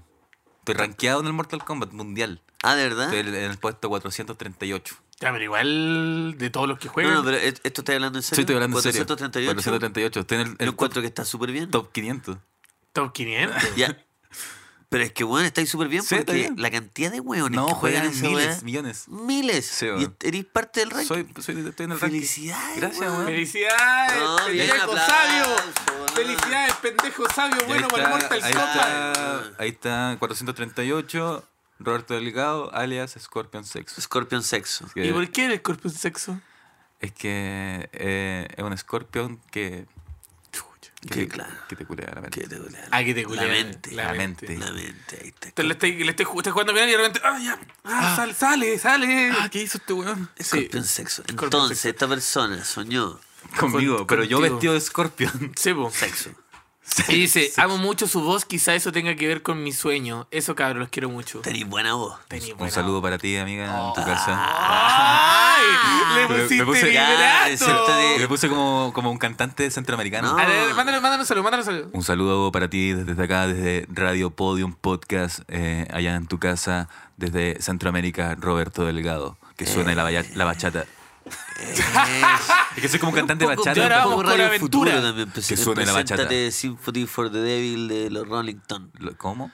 Speaker 4: Estoy rankeado en el Mortal Kombat mundial.
Speaker 3: Ah, ¿de verdad?
Speaker 4: Estoy en el puesto 438.
Speaker 2: Ya, pero igual de todos los que
Speaker 3: No,
Speaker 2: juegan.
Speaker 3: no, pero ¿est- esto está hablando en serio.
Speaker 4: Sí, estoy hablando en serio.
Speaker 3: 438.
Speaker 4: 438. Estoy en el,
Speaker 3: Yo
Speaker 4: el top,
Speaker 3: encuentro que está súper bien.
Speaker 4: top 500.
Speaker 2: Top 500.
Speaker 3: Ya. Pero es que, bueno, estáis súper bien
Speaker 4: Sí, está
Speaker 3: porque
Speaker 4: bien.
Speaker 3: la cantidad de hueones
Speaker 4: No,
Speaker 3: que
Speaker 4: juegan
Speaker 3: juegan esa
Speaker 4: miles,
Speaker 3: wea-
Speaker 4: millones.
Speaker 3: Miles.
Speaker 4: Sí,
Speaker 3: y
Speaker 4: weón.
Speaker 3: eres parte del ranking.
Speaker 4: Soy, soy, estoy en el ranking.
Speaker 3: Felicidades.
Speaker 4: Gracias,
Speaker 3: weón.
Speaker 4: weón.
Speaker 2: ¡Felicidades!
Speaker 3: No, denle
Speaker 2: ¡Pendejo
Speaker 3: aplauso,
Speaker 2: sabio!
Speaker 3: weón.
Speaker 2: ¡Felicidades, pendejo sabio!
Speaker 4: Y ahí
Speaker 2: Bueno, para el
Speaker 4: está,
Speaker 2: Mortal
Speaker 4: ahí
Speaker 2: Kombat.
Speaker 4: está, ahí está, 438, Roberto Delgado, alias Scorpion Sex.
Speaker 3: Scorpion sexo.
Speaker 2: ¿Y por qué el escorpión sexo?
Speaker 4: Es que eh, es un Scorpion que,
Speaker 3: Que claro.
Speaker 4: que te culea la mente.
Speaker 3: Que te duele.
Speaker 2: Ah, que te
Speaker 3: La mente.
Speaker 4: La mente.
Speaker 3: La mente. Ahí está.
Speaker 2: Te le estoy, le estoy, ju- estás jugando bien y de repente, ¡ah, ya! ¡Ah, sale, sale, sale!
Speaker 4: Ah, ¿qué hizo este weón?
Speaker 3: Scorpion sexo.
Speaker 2: Scorpion
Speaker 3: Entonces,
Speaker 2: sexo.
Speaker 3: esta persona soñó
Speaker 4: Conmigo,
Speaker 2: Con-
Speaker 4: pero yo
Speaker 2: contigo.
Speaker 4: vestido de Scorpion.
Speaker 2: Sí, po.
Speaker 3: sexo.
Speaker 2: Y dice, amo mucho su voz, quizá eso tenga que ver con mi sueño. Eso, cabrón, los quiero mucho.
Speaker 3: Tenís buena voz.
Speaker 2: Tení
Speaker 4: Un
Speaker 2: buena-
Speaker 4: saludo para ti, amiga, en tu casa.
Speaker 2: ¡Ay! Le
Speaker 4: Me- me
Speaker 2: pusiste
Speaker 4: puse-
Speaker 3: Ya,
Speaker 2: vibrato.
Speaker 3: insertate-
Speaker 4: Le puse como, como un cantante centroamericano.
Speaker 3: No.
Speaker 2: A ver, Mándale, mándale un saludo, mándale un saludo.
Speaker 4: Ah. Un saludo para ti desde acá, desde Radio Podium Podcast, eh, allá en tu casa, desde Centroamérica, Roberto Delgado, que suena la, baya- la bachata. Es que soy como un cantante de
Speaker 3: poco-
Speaker 2: yo ahora
Speaker 4: bachata.
Speaker 2: vamos
Speaker 3: poco
Speaker 2: con
Speaker 3: Radio
Speaker 2: Aventura.
Speaker 3: Futuro también. Pues,
Speaker 4: Que suene la bachata.
Speaker 3: preséntate Symphony for the Devil de los Rolling Stones.
Speaker 4: Lo- ¿Cómo?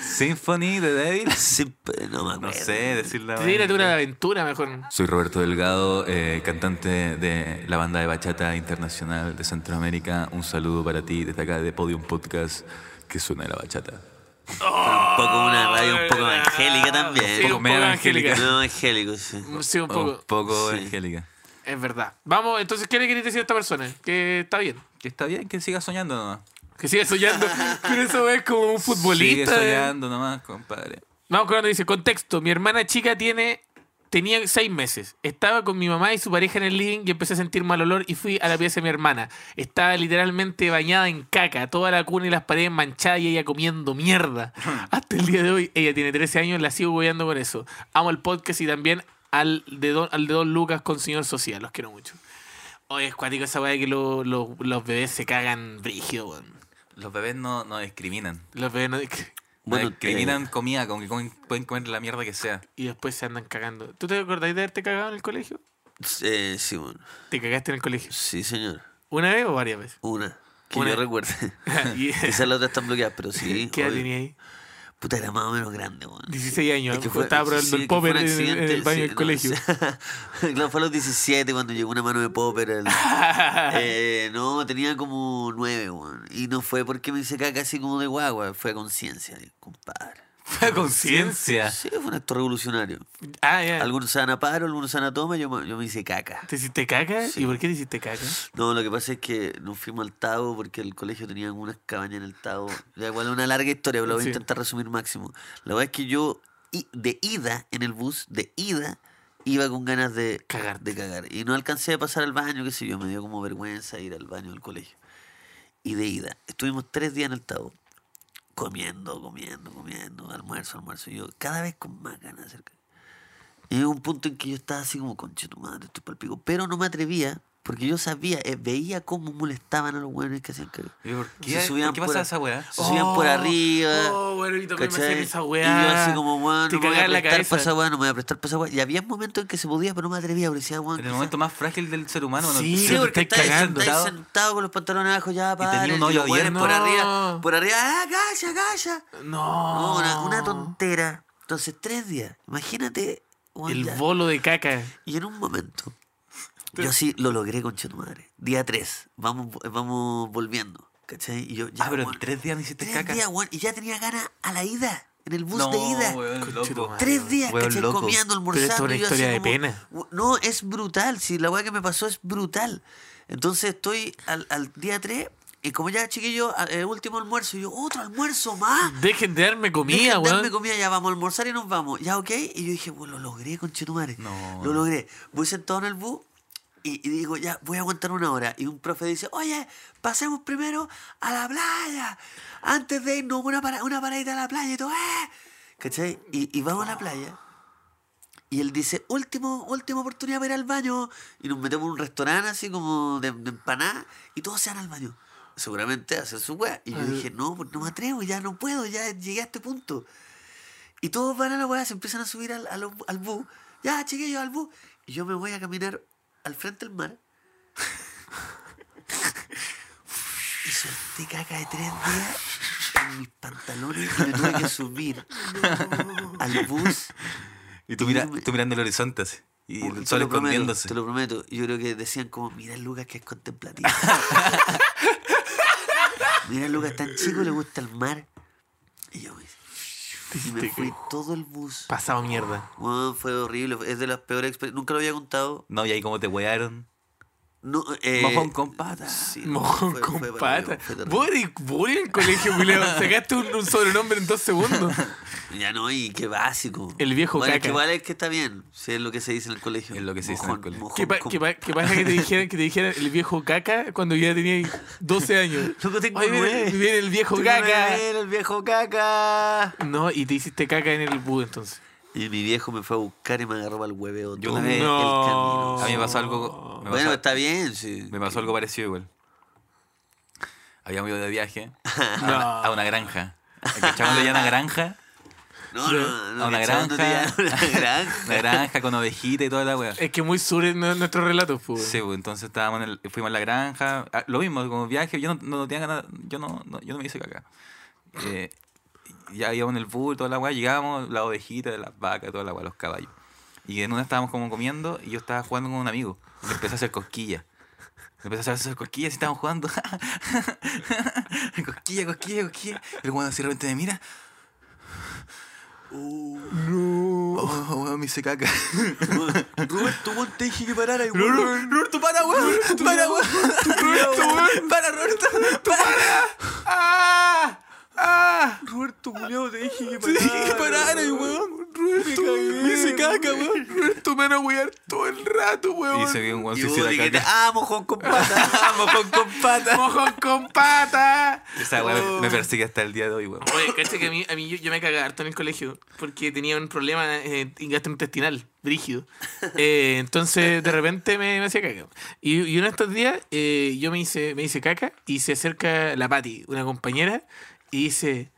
Speaker 4: Symphony de Devil.
Speaker 3: Symp- no me acuerdo.
Speaker 4: No sé, decirla.
Speaker 2: Tírate una aventura mejor.
Speaker 4: Soy Roberto Delgado, eh, cantante de la banda de bachata internacional de Centroamérica. Un saludo para ti desde acá de Podium Podcast, que suena la bachata.
Speaker 3: Un poco una radio un poco angélica también.
Speaker 2: Sí, un poco angélica.
Speaker 3: No, angélico, sí.
Speaker 2: Mm, Sí, un
Speaker 4: Un
Speaker 2: poco.
Speaker 4: poco
Speaker 3: Sí.
Speaker 4: angélica.
Speaker 2: Es verdad. Vamos, entonces, ¿qué le querés decir a esta persona? Que está bien.
Speaker 4: Que está bien que siga soñando nomás.
Speaker 2: Que sigue soñando. Pero eso es como un
Speaker 4: Sigue
Speaker 2: futbolista. eh.
Speaker 4: soñando nomás, compadre.
Speaker 2: Vamos con otro, dice, contexto, mi hermana chica tiene... Tenía seis meses. Estaba con mi mamá y su pareja en el living y empecé a sentir mal olor y fui a la pieza de mi hermana. Estaba literalmente bañada en caca, toda la cuna y las paredes manchadas y ella comiendo mierda. Hasta el día de hoy, ella tiene 13 años, la sigo guiando con eso. Amo el podcast y también al de Don, al de Don Lucas con Señor Social. Los quiero mucho. Oye, es cuático esa weá de que lo- lo- los bebés se cagan brígido, weón.
Speaker 4: Los bebés no, no discriminan.
Speaker 2: Los bebés no-
Speaker 4: Bueno,
Speaker 3: Bueno, eh.
Speaker 4: discriminan comida, con que comen- pueden comer la mierda que sea.
Speaker 2: y después se andan cagando. ¿Tú te acordáis de haberte cagado en el colegio?
Speaker 3: Eh, sí, bueno.
Speaker 2: ¿Te cagaste en el colegio?
Speaker 3: Sí, señor.
Speaker 2: ¿Una vez o varias veces?
Speaker 3: Una. Que
Speaker 2: Una.
Speaker 3: yo recuerde.
Speaker 2: Y-
Speaker 3: Quizás las otras están bloqueadas, pero sí.
Speaker 2: ¿Qué edad
Speaker 3: obvio.
Speaker 2: tenía ahí?
Speaker 3: Puta, era más o menos grande, weón.
Speaker 2: 16 años.
Speaker 3: Es que fue-
Speaker 2: estaba probando
Speaker 3: sí,
Speaker 2: el
Speaker 3: es que fue
Speaker 2: popper
Speaker 3: un
Speaker 2: en, en
Speaker 3: accidente,
Speaker 2: el baño
Speaker 3: sí,
Speaker 2: del
Speaker 3: no,
Speaker 2: colegio.
Speaker 3: sí. claro, fue a los 17 cuando llegó una mano de popper. al- Eh, no, tenía como 9, weón. Y no fue porque me hice caca así como de guagua, fue a conciencia, compadre.
Speaker 4: Fue conciencia.
Speaker 3: Sí, fue un acto revolucionario.
Speaker 2: Ah, ya.
Speaker 3: Algunos se van a paro, algunos se van a toma, yo, me- yo me hice caca.
Speaker 2: ¿Te hiciste caca? ¿Y por qué te hiciste caca?
Speaker 3: No, lo que pasa es que nos fuimos al Tavo porque el colegio tenía algunas cabañas en el Tavo. Ya, igual es una larga historia, pero lo voy a
Speaker 2: Sí.
Speaker 3: intentar resumir máximo. La verdad es que yo, i- de ida en el bus, de ida, iba con ganas de
Speaker 2: Cagar.
Speaker 3: De cagar. Y no alcancé a pasar al baño, qué sé yo, me dio como vergüenza ir al baño del colegio. Y de ida. Estuvimos tres días en el Tavo. Comiendo, comiendo, comiendo, almuerzo, almuerzo. Y yo cada vez con más ganas de hacer caca. Y llegó un punto en que yo estaba así como, conche tu madre, estoy pa'l pico. Pero no me atrevía, porque yo sabía, eh, veía cómo molestaban a los hueones que hacían caca.
Speaker 4: ¿Y ¿Por
Speaker 3: Se
Speaker 4: qué,
Speaker 3: subían
Speaker 4: ¿por qué pasa
Speaker 3: por-
Speaker 4: esa weá?
Speaker 3: Se subían por arriba.
Speaker 2: Oh, bueno, y también me
Speaker 3: ¿cachai?
Speaker 2: hacían esa
Speaker 3: Y
Speaker 2: weá.
Speaker 3: yo así como, weón,
Speaker 2: Te
Speaker 3: no me voy
Speaker 2: cagaba
Speaker 3: a
Speaker 2: en la
Speaker 3: prestar
Speaker 2: cabeza.
Speaker 3: para esa weá, no me voy a prestar para esa weá. Y había momentos en que se podía, pero no me atrevía, porque decía, weón,
Speaker 4: En el
Speaker 3: quizás-
Speaker 4: momento más frágil del ser humano. ¿no?
Speaker 2: Sí,
Speaker 3: Sí,
Speaker 2: te
Speaker 3: porque
Speaker 2: estáis
Speaker 3: estáis
Speaker 2: cagando.
Speaker 3: estáis sentado con los pantalones abajo ya,
Speaker 4: tenía
Speaker 3: padre.
Speaker 4: un hoyo
Speaker 3: los hueones
Speaker 4: abierto.
Speaker 3: por
Speaker 2: No.
Speaker 3: arriba, por arriba, ah, calla, calla. No,
Speaker 2: No.
Speaker 3: una, una
Speaker 4: Oh.
Speaker 3: tontera. Entonces, tres días. Imagínate, weón,
Speaker 2: El
Speaker 3: ya.
Speaker 2: bolo de caca.
Speaker 3: Y en un momento, yo sí lo logré con tu madre. Día 3, vamos, vamos volviendo. ¿Cachai? Y yo ya.
Speaker 4: Ah, pero en
Speaker 3: weón,
Speaker 4: tres días no hiciste
Speaker 3: tres
Speaker 4: caca.
Speaker 3: días, weón, y ya tenía ganas a la ida, en el bus
Speaker 4: no,
Speaker 3: de ida.
Speaker 4: weón,
Speaker 2: Conchetumare.
Speaker 4: loco.
Speaker 3: Tres días,
Speaker 4: Weón,
Speaker 3: ¿cachai?
Speaker 4: loco.
Speaker 3: Comiendo,
Speaker 2: Pero esto
Speaker 3: almorzando.
Speaker 2: es una
Speaker 3: y yo así
Speaker 2: historia de
Speaker 3: como,
Speaker 2: pena.
Speaker 3: "Gu- No, es brutal. Si la weá que me pasó es brutal. Entonces estoy al, al día 3 y como ya chiquillo, a- el último almuerzo, y yo, otro almuerzo más.
Speaker 2: Dejen de darme comida,
Speaker 3: Dejen de darme
Speaker 2: weón.
Speaker 3: comida, ya vamos a almorzar y nos vamos. Ya, ok. Y yo dije, bueno, lo logré, conchetumare.
Speaker 4: No.
Speaker 3: Lo logré. Voy sentado en el bus y, y digo, ya, voy a aguantar una hora. Y un profe dice, oye, pasemos primero a la playa. Antes de irnos, una, para, una paradita a la playa y todo, eh. ¿Cachai? Y, y vamos a la playa. Y él dice, último, última oportunidad para ir al baño. Y nos metemos en un restaurante así como de, de empanada y todos se van al baño. Seguramente a hacer su weá. Y yo dije, no, pues no me atrevo, ya no puedo, ya llegué a este punto. Y todos van a la weá, se empiezan a subir al, al, al bus. Ya, chiquillos, al bus. Y yo me voy a caminar al frente del mar. y solté caca de tres días en mis pantalones y me tuve que subir al bus.
Speaker 4: Y tú, mira,
Speaker 3: Dime.
Speaker 4: tú mirando el horizonte así. Y
Speaker 3: Te
Speaker 4: el sol
Speaker 3: lo prometo,
Speaker 4: escondiéndose.
Speaker 3: Te lo prometo. Yo creo que decían como, mira el Lucas que es contemplativo. mira el Lucas tan chico, le gusta el mar. Y yo me, y me fui todo el bus.
Speaker 2: Pasado mierda.
Speaker 3: Weón, fue horrible, es de las peores experiencias. Nunca lo había contado.
Speaker 4: No, y ahí como te wearon.
Speaker 3: No, eh,
Speaker 4: Mojón con pata.
Speaker 3: sí, no,
Speaker 2: Mojón
Speaker 3: fue-
Speaker 2: con
Speaker 3: fue terrible,
Speaker 2: pata.
Speaker 3: fue terrible.
Speaker 2: Vos eres- vos eres el colegio, culiao. Sacaste un, un sobrenombre en dos segundos.
Speaker 3: Ya no, y qué básico.
Speaker 2: El viejo
Speaker 3: bueno, es
Speaker 2: caca.
Speaker 3: que igual es que está bien. Si es lo que se dice en el colegio.
Speaker 4: Es lo que se dice en el colegio.
Speaker 2: ¿Qué, pa-
Speaker 3: con
Speaker 2: qué pa- qué pasa que te dijeran que te dijeran el viejo caca cuando ya tenías 12 años?
Speaker 3: Loco, tengo
Speaker 2: Oye, viene,
Speaker 3: nueve.
Speaker 2: viene el viejo
Speaker 3: Tengo
Speaker 2: caca.
Speaker 3: que ver El viejo caca.
Speaker 2: No, y te hiciste caca en el bus entonces.
Speaker 3: Y mi viejo me fue a buscar y me agarró al hueveo
Speaker 4: Yo
Speaker 3: todo
Speaker 4: una vez-
Speaker 3: el
Speaker 2: No.
Speaker 3: camino.
Speaker 4: A mí me pasó algo. me
Speaker 3: Oh. Bueno,
Speaker 4: pasó-
Speaker 3: está bien, sí.
Speaker 4: Me pasó algo parecido igual. Habíamos ido de viaje a, una, a una granja. Cachamos de
Speaker 3: Ah.
Speaker 4: una granja.
Speaker 3: No, no, no.
Speaker 4: A una
Speaker 3: que chabón,
Speaker 4: granja.
Speaker 3: no te diga- Una
Speaker 4: Una
Speaker 3: granja.
Speaker 4: granja con ovejita y toda la wea.
Speaker 2: Es que muy sur es nu- nuestro relato, pues.
Speaker 4: Sí, pues, entonces estábamos en el- fuimos a la granja. ah, Lo mismo, como viaje. Yo no, no tenía ganas. Yo no, no- yo no me hice caca. Eh, ya íbamos en el bus, toda la weá, llegábamos, la ovejita, las vacas, toda la weá, los caballos. Y en una estábamos como comiendo y yo estaba jugando con un amigo. Y le empecé a hacer cosquillas. Le empecé a hacer cosquillas y estábamos jugando. cosquilla, cosquilla, cosquilla. El weón así de repente me mira. no. Oh, weón, me hice caca.
Speaker 3: Rubén, tu weón, te dije que parara y
Speaker 4: No, no, no, Roberto, para, weón. Para, weón. Roberto, weón. Para, Roberto. Para.
Speaker 2: ¡Ah! ¡Ah!
Speaker 3: Roberto, culiao, te dije que
Speaker 4: Te dije que parara, weón. Roberto, me hice
Speaker 2: de caca, weón. Roberto me van a wear todo el rato, weón.
Speaker 4: Y se vio un guan
Speaker 3: Y
Speaker 4: suicida
Speaker 3: vos dijiste,
Speaker 4: caca.
Speaker 3: ah, mojón con pata.
Speaker 4: mojón con pata.
Speaker 2: Mojón con pata.
Speaker 4: Esa weá me-
Speaker 2: Oh.
Speaker 4: me persigue hasta el día de hoy, weón.
Speaker 2: Oye, cacha que a mí, a mí yo, yo me cagaba harto en el colegio porque tenía un problema eh, gastrointestinal, brígido. Eh, entonces, de repente me, me hacía caca. Y, y uno de estos días eh, yo me hice, me hice caca y se acerca la Pati, una compañera, y dice: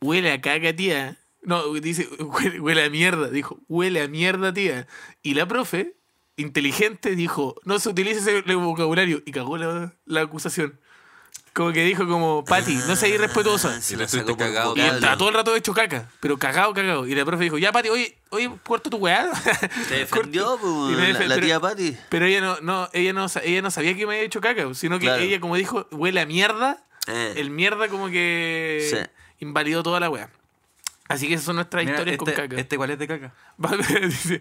Speaker 2: Huele a caca, tía. No, dice, huele, huele a mierda. Dijo, huele a mierda, tía. Y la profe, inteligente, dijo, no se utilice ese le- vocabulario. Y cagó la, la acusación. Como que dijo como, Pati, no seas irrespetuosa.
Speaker 3: Se
Speaker 4: Y
Speaker 3: la
Speaker 4: tú
Speaker 3: sacó
Speaker 4: te
Speaker 3: por
Speaker 4: cagado.
Speaker 2: Y
Speaker 3: vocablo.
Speaker 2: estaba todo el rato hecho caca, pero cagado, cagado. Y la profe dijo, ya, Pati, oye, oye, corta tu weá.
Speaker 3: Te defendió,
Speaker 2: Corta. Y
Speaker 3: pues,
Speaker 2: me
Speaker 3: la,
Speaker 2: defe-
Speaker 3: la
Speaker 2: pero-
Speaker 3: tía Pati.
Speaker 2: Pero ella no, no, ella no, sa- ella no sabía que me había hecho caca, sino que
Speaker 3: Claro.
Speaker 2: ella, como dijo, huele a mierda.
Speaker 3: Eh.
Speaker 2: El mierda como que
Speaker 3: Sí.
Speaker 2: invalidó toda la weá. Así que esas son nuestras
Speaker 4: Mira,
Speaker 2: historias
Speaker 4: este,
Speaker 2: con caca.
Speaker 4: Este igual es de caca.
Speaker 2: Dice,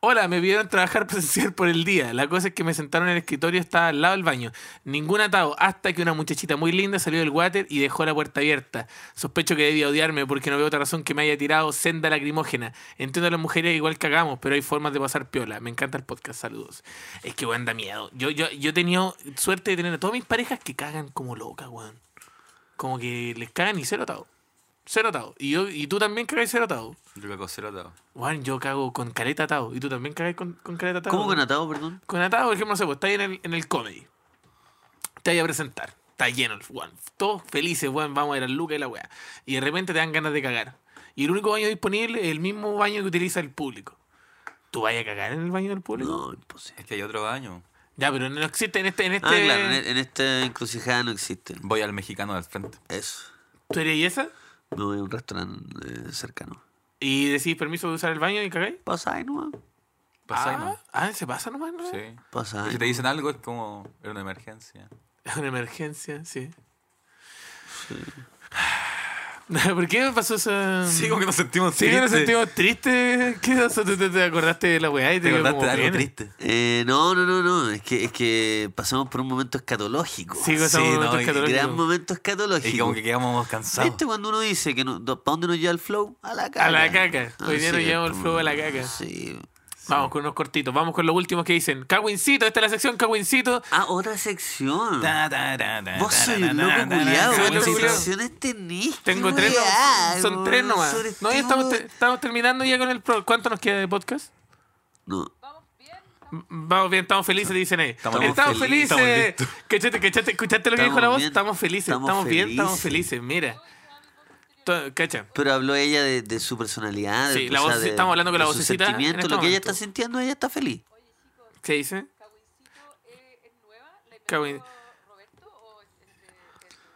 Speaker 2: hola, me pidieron trabajar presencial por el día. La cosa es que me sentaron en el escritorio, estaba al lado del baño. Ningún atado, hasta que una muchachita muy linda salió del water y dejó la puerta abierta. Sospecho que debía odiarme porque no veo otra razón que me haya tirado senda lacrimógena. Entiendo a las mujeres igual cagamos, pero hay formas de pasar piola. Me encanta el podcast, saludos. Es que, weón, da miedo. Yo, yo, yo he tenido suerte de tener a todas mis parejas que cagan como locas, weón. Como que les cagan y cero atado. Cero atado. Y, yo, y tú también cagas y cero atado.
Speaker 4: Yo cago cero atado.
Speaker 2: Juan, yo cago con careta atado. Y tú también cagas con, con careta atado.
Speaker 3: ¿Cómo con
Speaker 2: ¿no?
Speaker 3: atado, perdón?
Speaker 2: Con atado, por ejemplo, no sé, pues estás en el, en el comedy. Te vas a presentar. Está lleno el Juan. Todos felices, Juan. Vamos a ir al Luca y la weá. Y de repente te dan ganas de cagar. Y el único baño disponible es el mismo baño que utiliza el público. ¿Tú vas a cagar en el baño del público?
Speaker 3: No, imposible.
Speaker 4: Es que hay otro baño.
Speaker 2: Ya, pero no existe en este. En este
Speaker 3: Ah, claro, en, en esta encrucijada no existe.
Speaker 4: Voy al mexicano del frente.
Speaker 3: Eso.
Speaker 2: ¿Tú eres esa?
Speaker 3: Me voy a un restaurante eh, cercano.
Speaker 2: Y decís permiso de usar el baño y cagáis.
Speaker 3: Pasáis nomás.
Speaker 4: Pasa ahí,
Speaker 2: ah,
Speaker 4: ¿no?
Speaker 2: ah, se pasa nomás, ¿no?
Speaker 4: Sí.
Speaker 3: Pasáis.
Speaker 4: Si te dicen algo es como, era una emergencia.
Speaker 2: Es una emergencia, sí. ¿Por qué me pasó esa...?
Speaker 4: Sí, como que nos sentimos
Speaker 2: Mm. Sí, que nos sentimos tristes. ¿Qué pasó? ¿Tú te, te acordaste de la weá y te,
Speaker 4: Te
Speaker 2: quedó
Speaker 4: acordaste
Speaker 2: como
Speaker 4: de algo
Speaker 2: pena?
Speaker 4: triste.
Speaker 3: Eh, no, no, no, no. Es que, es que pasamos por un momento escatológico.
Speaker 2: Sí, con ese
Speaker 4: Sí,
Speaker 2: momento
Speaker 4: no, y
Speaker 2: escatológico.
Speaker 3: Gran momento
Speaker 4: Y como
Speaker 3: escatológico.
Speaker 4: que quedamos cansados.
Speaker 2: Este
Speaker 3: ¿Viste Este, cuando uno dice que no, para dónde nos lleva el flow? A la caca.
Speaker 2: A la caca. Hoy día
Speaker 3: Así
Speaker 2: nos
Speaker 3: es,
Speaker 2: llevamos el
Speaker 3: pues,
Speaker 2: flow a la caca.
Speaker 3: Sí.
Speaker 2: Vamos con unos cortitos. Vamos con los últimos que dicen. Cagüincito, esta es la sección Cagüincito.
Speaker 3: Ah, otra sección.
Speaker 4: Ta, ta, ta, ta,
Speaker 3: Vos
Speaker 4: ta,
Speaker 3: soy
Speaker 4: ta,
Speaker 3: un
Speaker 4: ta,
Speaker 3: loco
Speaker 4: ta, ta,
Speaker 3: culiado.
Speaker 2: Soy un loco
Speaker 4: ta, ta,
Speaker 3: ¿Cuántas
Speaker 4: ta, ta,
Speaker 2: culiao.
Speaker 3: secciones tenés?
Speaker 2: Tengo
Speaker 3: ¿Qué
Speaker 2: tres
Speaker 3: weá,
Speaker 2: nomás. Son
Speaker 3: weón?
Speaker 2: tres nomás.
Speaker 3: Sobre
Speaker 2: No,
Speaker 4: este
Speaker 2: ya
Speaker 3: todo-
Speaker 2: estamos, te- estamos terminando ya con el... pro- ¿Cuánto nos queda de podcast?
Speaker 3: No.
Speaker 2: M- Vamos bien, estamos felices, dicen ahí. Estamos,
Speaker 4: Estamos
Speaker 2: felices.
Speaker 4: felices, estamos
Speaker 2: Cachate, cachate, escuchaste lo que
Speaker 3: Estamos
Speaker 2: dijo la voz.
Speaker 3: bien,
Speaker 2: Estamos felices, estamos,
Speaker 3: estamos
Speaker 2: bien, estamos
Speaker 3: felices.
Speaker 2: felices. Mira. To- Cacha.
Speaker 3: Pero habló ella de, de su personalidad.
Speaker 2: Sí,
Speaker 3: de,
Speaker 2: la
Speaker 3: o sea,
Speaker 2: voz-
Speaker 3: de-
Speaker 2: estamos hablando con la
Speaker 3: de sus
Speaker 2: vocecita en
Speaker 3: sentimientos,
Speaker 2: este
Speaker 3: lo que ella
Speaker 2: momento.
Speaker 3: está sintiendo, ella está feliz.
Speaker 2: ¿Qué dice? Cagüin-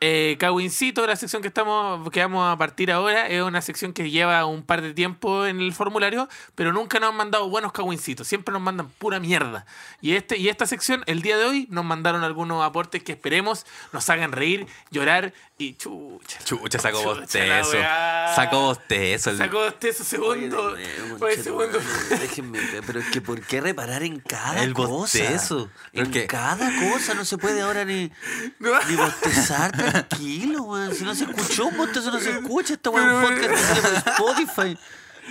Speaker 2: Eh, Cagüincito, la sección que, estamos, que vamos a partir ahora, es una sección que lleva un par de tiempo en el formulario, pero nunca nos han mandado buenos cagüincitos, siempre nos mandan pura mierda. Y, este, y esta sección, el día de hoy, nos mandaron algunos aportes que esperemos nos hagan reír, llorar y chucha.
Speaker 4: Chucha, sacó
Speaker 2: Chucha,
Speaker 4: bostezo.
Speaker 2: la weá.
Speaker 4: Sacó bostezo. el-
Speaker 2: Sacó usted su segundo.
Speaker 3: Oye, de nuevo,
Speaker 2: Oye,
Speaker 3: conchetumare,
Speaker 2: segundo.
Speaker 3: Déjenme, pero es que ¿por qué reparar en cada
Speaker 4: El
Speaker 3: cosa?
Speaker 4: bostezo. Pero
Speaker 3: En
Speaker 4: es que-
Speaker 3: cada cosa no se puede ahora ni,
Speaker 2: No.
Speaker 3: ni bostezar tranquilo, weón. Si no se escuchó un bostezo, no se escucha. Esta weón es un
Speaker 2: Pero-
Speaker 3: podcast que sale por Spotify.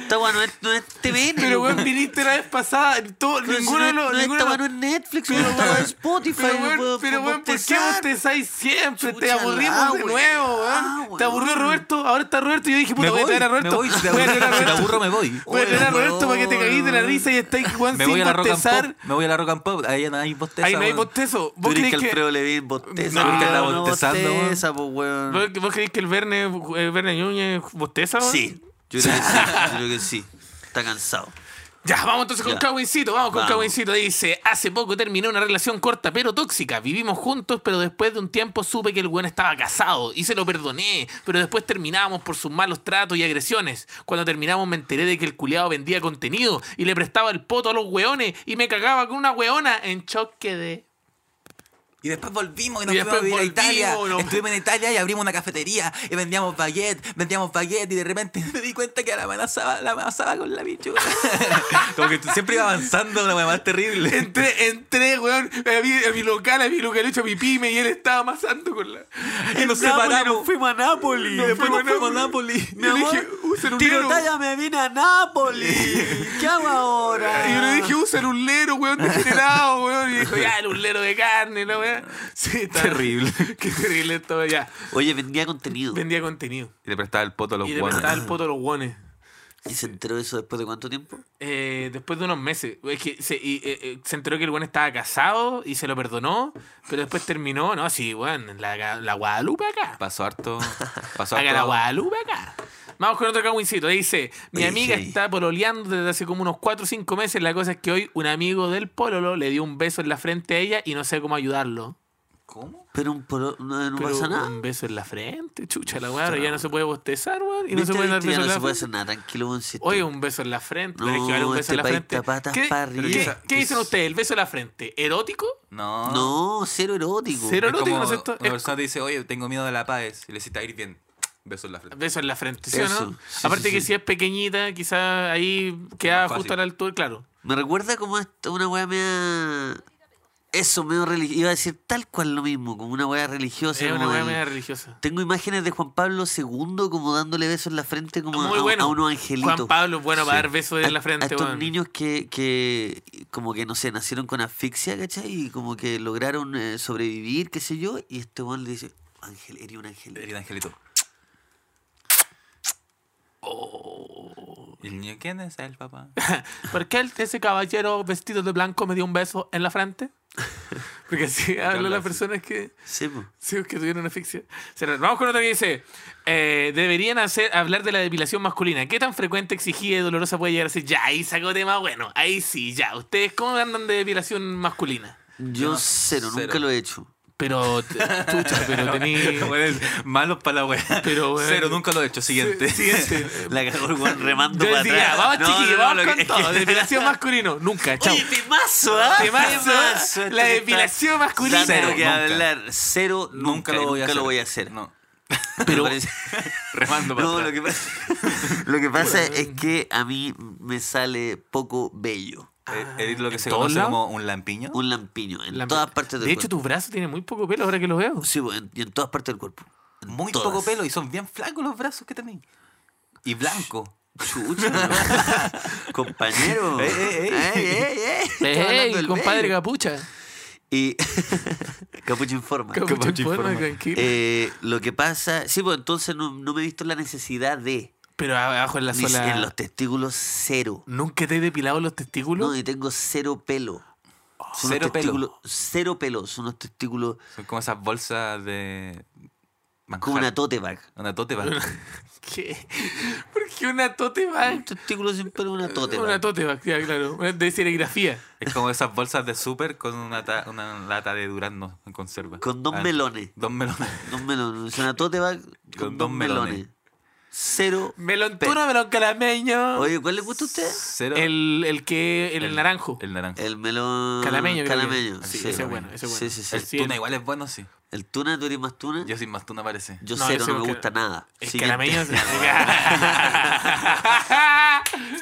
Speaker 3: Esta weón no es, no es TVN.
Speaker 2: Pero
Speaker 3: weón.
Speaker 2: weón, viniste la vez pasada. Todo,
Speaker 3: Pero si
Speaker 2: ninguno
Speaker 3: no,
Speaker 2: de los.
Speaker 3: no,
Speaker 2: ninguno
Speaker 3: esta
Speaker 2: de
Speaker 3: weón
Speaker 2: los-
Speaker 3: no es Netflix, weón.
Speaker 2: Pero,
Speaker 3: Esta weón
Speaker 2: weón,
Speaker 3: es Spotify.
Speaker 2: Pero,
Speaker 3: no puedo-
Speaker 2: weón, pero,
Speaker 3: puedo
Speaker 2: weón, ¿por qué
Speaker 3: bostezar.
Speaker 2: bostezáis siempre? te
Speaker 3: Chucha, la,
Speaker 2: aburrimos de
Speaker 3: weón.
Speaker 2: nuevo, weón.
Speaker 3: Ah,
Speaker 2: Te
Speaker 3: weón.
Speaker 2: aburrió Roberto, ahora está Roberto y yo dije, puta,
Speaker 4: Me
Speaker 2: voy a
Speaker 4: voy,
Speaker 2: traer a
Speaker 4: me
Speaker 2: Roberto.
Speaker 4: voy. Si te
Speaker 2: voy a traer a
Speaker 4: aburro, si te
Speaker 2: Roberto.
Speaker 4: aburro, me voy.
Speaker 2: Voy a traer a
Speaker 3: Weón,
Speaker 2: Roberto para que te caguís de la risa y estáis, weón,
Speaker 4: Me
Speaker 2: sin
Speaker 4: voy a la rock and
Speaker 2: bostezar.
Speaker 4: pop. Me voy a la rock and pop. Ahí no hay bostezo.
Speaker 2: Ahí no hay
Speaker 4: weón.
Speaker 2: bostezo.
Speaker 3: Tú
Speaker 2: ¿Vos
Speaker 3: crees
Speaker 2: creéis
Speaker 3: que
Speaker 2: que.?
Speaker 3: Alfredo Levin bosteza.
Speaker 2: No,
Speaker 3: porque
Speaker 2: anda
Speaker 3: no
Speaker 4: bostezando, weón.
Speaker 3: bosteza, po, pues, weón.
Speaker 2: ¿Vos, vos creéis que el Verne, eh, Verne Núñez bosteza? weón?
Speaker 3: Sí, yo creo que sí, yo creo que sí. Está cansado.
Speaker 2: Ya, vamos entonces con
Speaker 3: Ya.
Speaker 2: Cagüincito, vamos con
Speaker 3: Vamos.
Speaker 2: Cagüincito. Dice, hace poco terminé una relación corta pero tóxica. Vivimos juntos, pero después de un tiempo supe que el buen estaba casado y se lo perdoné, pero después terminamos por sus malos tratos y agresiones. Cuando terminamos me enteré de que el culiado vendía contenido y le prestaba el poto a los weones y me cagaba con una weona en shock quedé.
Speaker 4: Y después volvimos y nos
Speaker 2: Y
Speaker 4: fuimos a
Speaker 2: después
Speaker 4: vivir a Italia.
Speaker 2: volvimos, nos-
Speaker 4: Estuvimos en Italia y abrimos una cafetería y vendíamos baguette, vendíamos baguette y de repente me di cuenta que la amenazaba, la amenazaba con la bichuga. Como que tú siempre iba avanzando una weá más terrible.
Speaker 2: Entré, entré, weón, a mi, a mi local, a mi local hecho a mi pyme y él estaba amasando con la.
Speaker 4: Y
Speaker 2: Nápoles,
Speaker 4: nos separamos.
Speaker 2: nos
Speaker 4: fuimos a Nápoles.
Speaker 2: Nos
Speaker 4: después
Speaker 2: fuimos
Speaker 4: nos
Speaker 2: a
Speaker 4: fuimos a Nápoles.
Speaker 2: Yo le dije, usen un lero.
Speaker 5: me vine a Nápoles. ¿Qué hago ahora?
Speaker 2: Y yo le dije, usen un lero, weón, degenerado, weón. Y dijo, ya, el un lero de carne, la weón. Sí, está-
Speaker 4: Terrible.
Speaker 2: Qué terrible esto, ya.
Speaker 3: Oye, vendía contenido.
Speaker 2: Vendía contenido.
Speaker 4: Y le prestaba el poto a los
Speaker 2: y le
Speaker 4: guanes.
Speaker 2: prestaba el poto a los guones.
Speaker 3: ¿Y se enteró de eso después de cuánto tiempo?
Speaker 2: Eh, después de unos meses. Es que se, y, eh, eh, se enteró que el weón estaba casado y se lo perdonó, pero después terminó. No, sí, weón, la, la Guadalupe acá.
Speaker 4: Pasó harto. Pasó
Speaker 2: Acá la
Speaker 4: harto.
Speaker 2: Guadalupe acá. Vamos con otro cagüincito. Dice, mi
Speaker 3: Oye,
Speaker 2: amiga
Speaker 3: sí.
Speaker 2: está pololeando desde hace como unos 4 o 5 meses. La cosa es que hoy un amigo del pololo le dio un beso en la frente a ella y no sé cómo ayudarlo.
Speaker 4: ¿Cómo?
Speaker 3: Pero un poro- no, no
Speaker 2: Pero mm,
Speaker 3: pasa nada.
Speaker 2: un beso en la frente, chucha la weá, ahora ya no se puede bostezar, weón. Y no
Speaker 3: Viste,
Speaker 2: se puede dar
Speaker 3: viste,
Speaker 2: besos
Speaker 3: ya
Speaker 2: en
Speaker 3: no
Speaker 2: la
Speaker 3: se puede hacer
Speaker 2: frente.
Speaker 3: nada, tranquilo, weón, si
Speaker 2: Oye,
Speaker 3: esto-
Speaker 2: un beso en la frente,
Speaker 3: No,
Speaker 2: tenés que darle un beso
Speaker 3: este
Speaker 2: en la
Speaker 3: país
Speaker 2: frente.
Speaker 3: está patas
Speaker 2: ¿Qué,
Speaker 3: pa'
Speaker 2: ¿qué-
Speaker 3: arriba.
Speaker 2: qué dicen ustedes? ¿El beso en la frente? ¿Erótico?
Speaker 4: No.
Speaker 3: No, cero erótico.
Speaker 2: Ah. Cero
Speaker 4: Es
Speaker 2: erótico,
Speaker 4: como
Speaker 2: ¿no es cierto?
Speaker 4: Una
Speaker 2: Es-
Speaker 4: persona te dice, oye, tengo miedo de la paz. Y le cita a ir bien. Beso en la frente.
Speaker 2: Beso en la frente, ¿sí o
Speaker 3: Eso,
Speaker 2: no?
Speaker 3: sí,
Speaker 2: Aparte
Speaker 3: sí,
Speaker 2: que
Speaker 3: sí.
Speaker 2: si es pequeñita, quizás ahí queda
Speaker 4: Más
Speaker 2: justo
Speaker 4: fácil.
Speaker 2: a la altura, claro.
Speaker 3: Me recuerda como a esto- una weá media. Eso, medio religiosa. Iba a decir tal cual lo mismo, como una weá religiosa.
Speaker 2: es una
Speaker 3: como
Speaker 2: weá
Speaker 3: el-
Speaker 2: media religiosa.
Speaker 3: Tengo imágenes de Juan Pablo II como dándole besos en la frente como
Speaker 2: Muy
Speaker 3: a,
Speaker 2: bueno.
Speaker 3: a unos angelitos.
Speaker 2: Juan Pablo es bueno para
Speaker 4: Sí.
Speaker 2: dar besos en la frente,
Speaker 3: a estos
Speaker 2: weón.
Speaker 3: niños que, que como que no sé, nacieron con asfixia, ¿cachai? Y como que lograron eh, sobrevivir, qué sé yo, y este weón le dice, Ángel, eres un ángel.
Speaker 4: Querido angelito. Y el niño, ¿quién es el papá?
Speaker 2: ¿Por qué el- ese caballero vestido de blanco me dio un beso en la frente? Porque así hablan las
Speaker 4: así.
Speaker 2: personas que,
Speaker 3: Sí, po.
Speaker 2: sí, que tuvieron asfixia. Se la- Vamos con otra que dice, eh, deberían hacer, hablar de la depilación masculina. ¿Qué tan frecuente, exigida y dolorosa puede llegar a ser? Ya, ahí sacó tema bueno. Ahí sí, ya. ¿Ustedes cómo andan de depilación masculina?
Speaker 3: Yo
Speaker 4: no-
Speaker 3: cero,
Speaker 4: cero.
Speaker 3: nunca lo he hecho.
Speaker 2: Pero, t- chucha, pero tení...
Speaker 4: Malos para la wea.
Speaker 2: Pero, weón.
Speaker 4: Cero, nunca lo he hecho. Siguiente.
Speaker 2: Siguiente.
Speaker 3: La cagó el weón remando
Speaker 2: Yo
Speaker 3: para
Speaker 2: decía,
Speaker 3: atrás.
Speaker 2: vamos
Speaker 3: No,
Speaker 2: chiquillos,
Speaker 3: no,
Speaker 2: vamos
Speaker 3: lo que-
Speaker 2: con
Speaker 3: es que-
Speaker 2: todo. Depilación masculino, nunca, chao.
Speaker 3: Oye, temazo, ¿ah?
Speaker 2: Temazo,
Speaker 3: Temazo, este
Speaker 2: la
Speaker 3: que
Speaker 2: depilación
Speaker 3: está
Speaker 2: masculina.
Speaker 3: dando
Speaker 4: Cero,
Speaker 3: que
Speaker 4: nunca.
Speaker 3: hablar. Cero, nunca,
Speaker 4: Nunca lo voy a hacer.
Speaker 3: No,
Speaker 4: No.
Speaker 3: pero,
Speaker 4: Remando para
Speaker 3: no
Speaker 4: atrás.
Speaker 3: lo que pasa, lo que pasa es que a mí me sale poco bello.
Speaker 4: Eh, Es lo que
Speaker 2: ¿En
Speaker 4: se
Speaker 2: todos
Speaker 4: conoce
Speaker 2: lados?
Speaker 4: como un lampiño.
Speaker 3: Un lampiño en
Speaker 2: La-
Speaker 3: todas partes del
Speaker 2: De hecho,
Speaker 3: cuerpo.
Speaker 2: tu brazo tiene muy poco pelo ahora que lo veo.
Speaker 3: Sí, po, en, y en todas partes del cuerpo. En
Speaker 4: Muy
Speaker 3: todas.
Speaker 4: poco pelo y son bien flacos los brazos que tenéis. Y blanco.
Speaker 3: Chucha, compañero.
Speaker 4: Ey, ey,
Speaker 3: Ey, ey, ey. Estaba hablando
Speaker 2: ¡Ey,
Speaker 3: del Ah,
Speaker 2: compadre
Speaker 3: bello.
Speaker 2: capucha!
Speaker 3: Y Capucho informa.
Speaker 2: Capucha,
Speaker 4: Capucha
Speaker 2: informa,
Speaker 4: informa.
Speaker 2: tranquilo.
Speaker 3: Eh, lo que pasa, sí, pues entonces no, no me he visto la necesidad de
Speaker 2: Pero abajo en la
Speaker 3: ni
Speaker 2: sola...
Speaker 3: en los testículos cero.
Speaker 2: ¿Nunca te he depilado los testículos?
Speaker 3: No, y tengo cero pelo. Son unos
Speaker 4: Cero
Speaker 3: testículos-
Speaker 4: pelo.
Speaker 3: Cero pelo, son unos testículos
Speaker 4: Son como esas bolsas de. manjar.
Speaker 3: como una tote bag.
Speaker 4: Una tote bag.
Speaker 2: ¿Qué? ¿Por qué una tote bag?
Speaker 3: Un testículo sin pelo, una tote bag.
Speaker 2: Una tote bag, ya, claro. Una de serigrafía.
Speaker 4: Es como esas bolsas de súper con una, ta- una lata de durazno en conserva.
Speaker 3: Con dos
Speaker 4: Ah,
Speaker 3: melones.
Speaker 4: Dos melones.
Speaker 3: Dos melones. Es una tote bag con,
Speaker 4: Con
Speaker 3: dos
Speaker 4: dos
Speaker 3: melones.
Speaker 4: melones.
Speaker 3: Cero.
Speaker 2: Melontuna, melón calameño.
Speaker 3: Oye, ¿cuál le gusta a usted?
Speaker 4: Cero.
Speaker 2: El, el que... El, naranjo.
Speaker 4: El naranjo.
Speaker 3: El melón.
Speaker 2: Calameño, creo que
Speaker 3: Calameño.
Speaker 2: es. Ah, Sí, ese es bueno, ese es bueno.
Speaker 3: Sí, sí, sí.
Speaker 4: El
Speaker 2: sí,
Speaker 4: tuna
Speaker 2: el-
Speaker 4: igual es bueno, sí.
Speaker 3: El tuna, tú eres más tuna. Yo,
Speaker 4: Yo sin más tuna parece.
Speaker 2: No,
Speaker 3: cero,
Speaker 2: ese
Speaker 3: no me
Speaker 2: porque-
Speaker 3: gusta nada.
Speaker 2: El
Speaker 3: Siguiente.
Speaker 2: calameño.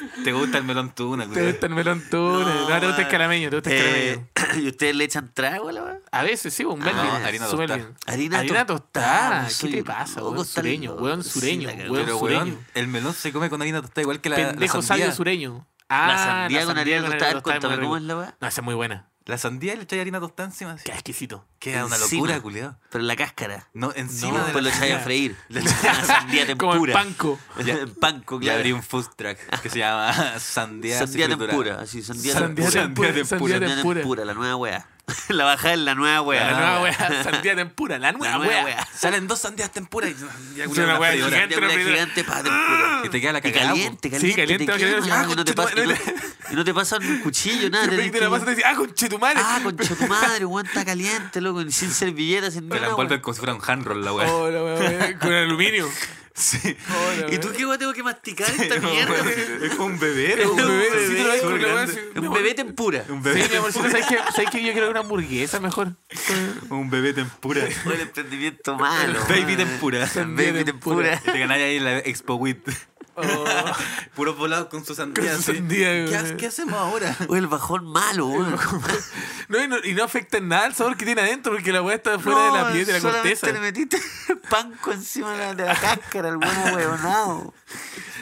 Speaker 4: ¿Te gusta el melón tuna?
Speaker 2: Te
Speaker 4: culiao?
Speaker 2: gusta el melón tuna. No, te gusta el calameño, te gusta el
Speaker 3: Eh,
Speaker 2: calameño.
Speaker 3: ¿Y ustedes le echan trago a la weá?
Speaker 2: A veces, sí, un
Speaker 4: Ah,
Speaker 2: belga.
Speaker 4: no, harina
Speaker 2: Súper
Speaker 4: tostada.
Speaker 2: bien.
Speaker 3: Harina tostada,
Speaker 2: tostada.
Speaker 3: soy
Speaker 2: ¿Qué te
Speaker 3: un
Speaker 2: pasa,
Speaker 3: loco,
Speaker 2: weón?
Speaker 3: está
Speaker 2: Sureño,
Speaker 3: loco.
Speaker 2: weón
Speaker 3: Sí,
Speaker 2: sureño,
Speaker 3: la cagó.
Speaker 2: weón
Speaker 4: Pero,
Speaker 2: sureño.
Speaker 4: weón, el melón se come con harina tostada igual que la, la
Speaker 2: Pendejo sabio
Speaker 4: sandía.
Speaker 2: sureño. Ah,
Speaker 3: la sandía con harina
Speaker 2: tostada
Speaker 3: tostada,
Speaker 2: es muy
Speaker 3: cuéntame, ¿cómo
Speaker 2: rico.
Speaker 3: es la weá?
Speaker 2: No, esa es muy buena.
Speaker 4: La sandía le echáis harina tostada encima. así.
Speaker 2: Qué exquisito.
Speaker 4: Queda una
Speaker 3: Encima.
Speaker 4: locura, culiado.
Speaker 3: Pero la cáscara.
Speaker 4: No, encima
Speaker 2: No,
Speaker 4: de
Speaker 3: Después lo
Speaker 4: la...
Speaker 3: echáis a
Speaker 2: sandía.
Speaker 3: freír. Le echáis una sandía
Speaker 2: Como el
Speaker 3: tempura.
Speaker 2: panco.
Speaker 3: en panco,
Speaker 4: Ya
Speaker 3: claro.
Speaker 4: abrí un food track que se llama Sandía
Speaker 3: sandía
Speaker 4: sin fritura.
Speaker 3: tempura. Así, sandía,
Speaker 2: Sandía tempura.
Speaker 3: tempura.
Speaker 4: tempura,
Speaker 2: Sandía
Speaker 3: Sandía
Speaker 2: tempura.
Speaker 3: tempura, la nueva weá. la bajada es la nueva
Speaker 2: La
Speaker 3: weá.
Speaker 2: nueva wea. Sandía tempura. La nueva
Speaker 3: nueva
Speaker 2: wea.
Speaker 3: wea.
Speaker 4: Salen dos sandías tempuras y,
Speaker 2: Es
Speaker 4: y-
Speaker 2: una wea
Speaker 4: freidora.
Speaker 2: gigante.
Speaker 3: Sandía
Speaker 2: la
Speaker 3: tempura
Speaker 2: primera.
Speaker 3: gigante pa' tempura.
Speaker 4: Y te queda la
Speaker 3: Y
Speaker 4: cagada. po.
Speaker 3: caliente, caliente.
Speaker 2: Sí, caliente,
Speaker 4: te
Speaker 2: caliente.
Speaker 4: quedas-
Speaker 3: Ah, y no te pasa- y no
Speaker 2: conchetumare.
Speaker 3: te- y no te pasan un cuchillo, nada.
Speaker 2: De
Speaker 3: tenés
Speaker 2: repente
Speaker 3: que-
Speaker 2: la pasas y dices, ah, conchetumare.
Speaker 3: Ah, concha tu madre, weón, está caliente, loco, y sin servilletas, sin
Speaker 4: Te la
Speaker 3: nada.
Speaker 4: envuelven
Speaker 3: weón.
Speaker 4: como si fuera un hand roll la wea.
Speaker 2: Oh, la wea, wea, Con aluminio.
Speaker 4: Sí.
Speaker 2: Hola,
Speaker 3: ¿Y tú qué weón tengo que masticar esta mierda?
Speaker 4: Es como un bebé.
Speaker 3: Es
Speaker 2: Un bebé, sí, te lo digo,
Speaker 4: súper
Speaker 2: que lo voy a
Speaker 4: grande.
Speaker 2: decir.
Speaker 3: Un bebé tempura.
Speaker 4: Un
Speaker 2: Sí,
Speaker 4: bebé.
Speaker 2: mi amorcito, ¿sabes qué? ¿Sabes qué? Yo quiero una hamburguesa mejor.
Speaker 4: Un bebé tempura.
Speaker 3: Fue el emprendimiento malo.
Speaker 4: Baby
Speaker 3: man.
Speaker 4: tempura.
Speaker 3: El Baby tempura.
Speaker 4: Te ganáis ahí en la Expo WIT. Puros volados con su sandía.
Speaker 2: Con
Speaker 4: sí.
Speaker 2: sandía,
Speaker 4: ¿Qué,
Speaker 2: güey.
Speaker 4: ha- qué hacemos ahora?
Speaker 3: O el bajón malo, weón.
Speaker 2: No, y, no, y no afecta en nada el sabor que tiene adentro, porque la weá está fuera de la piel de la
Speaker 3: solamente
Speaker 2: corteza.
Speaker 3: le metiste panco encima de la, de la cáscara, el buen huevonado.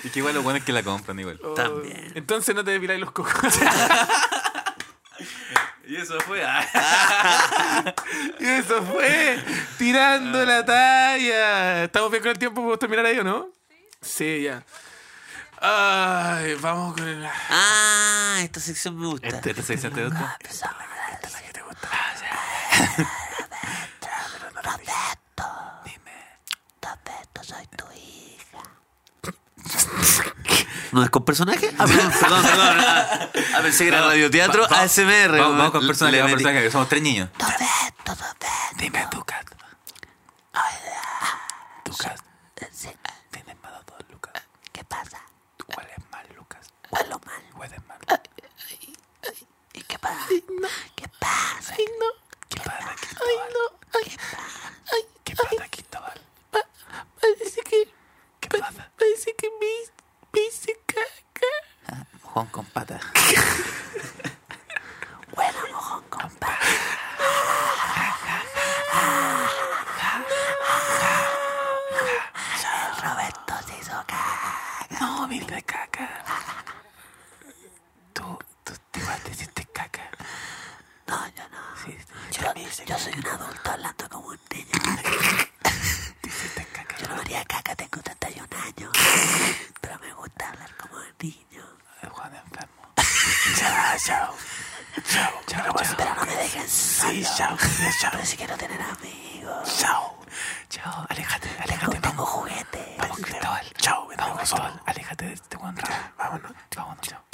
Speaker 4: Y que igual lo bueno es que la compran igual.
Speaker 2: Oh,
Speaker 3: También.
Speaker 2: Entonces no te depiláis los cocos.
Speaker 4: Y eso fue.
Speaker 2: ah. y eso fue tirando la talla. ¿Estamos bien con el tiempo? ¿Podemos terminar ahí o no? Sí, ya. Ay, vamos con el...
Speaker 3: Ah, esta sección me gusta.
Speaker 4: Este, este, este, este, este.
Speaker 3: ¿No es con personaje? Ah, perdón, perdón, perdón. Ah, ah, pensé que era radioteatro
Speaker 4: Va- va-
Speaker 3: ASMR.
Speaker 4: Vamos, vamos con
Speaker 3: Le-
Speaker 4: personajes,
Speaker 3: le
Speaker 4: vamos
Speaker 3: metí-
Speaker 4: con personajes, que somos tres niños.
Speaker 3: Dime tu cat.
Speaker 4: Lucas. Tienes más dos, Lucas. ¿Qué pasa? Tú hueles mal, Lucas. Huelo mal. Hueles mal. ¿Qué pasa? ¿Qué pasa? ¿Qué pasa, Cristóbal? ¿Qué pasa, Cristóbal?
Speaker 2: Parece que me, me hice caca.
Speaker 4: Juan con patas.
Speaker 2: No, me hice caca. Tú, tú, tú igual te hiciste caca. este Vámonos, vámonos, chao.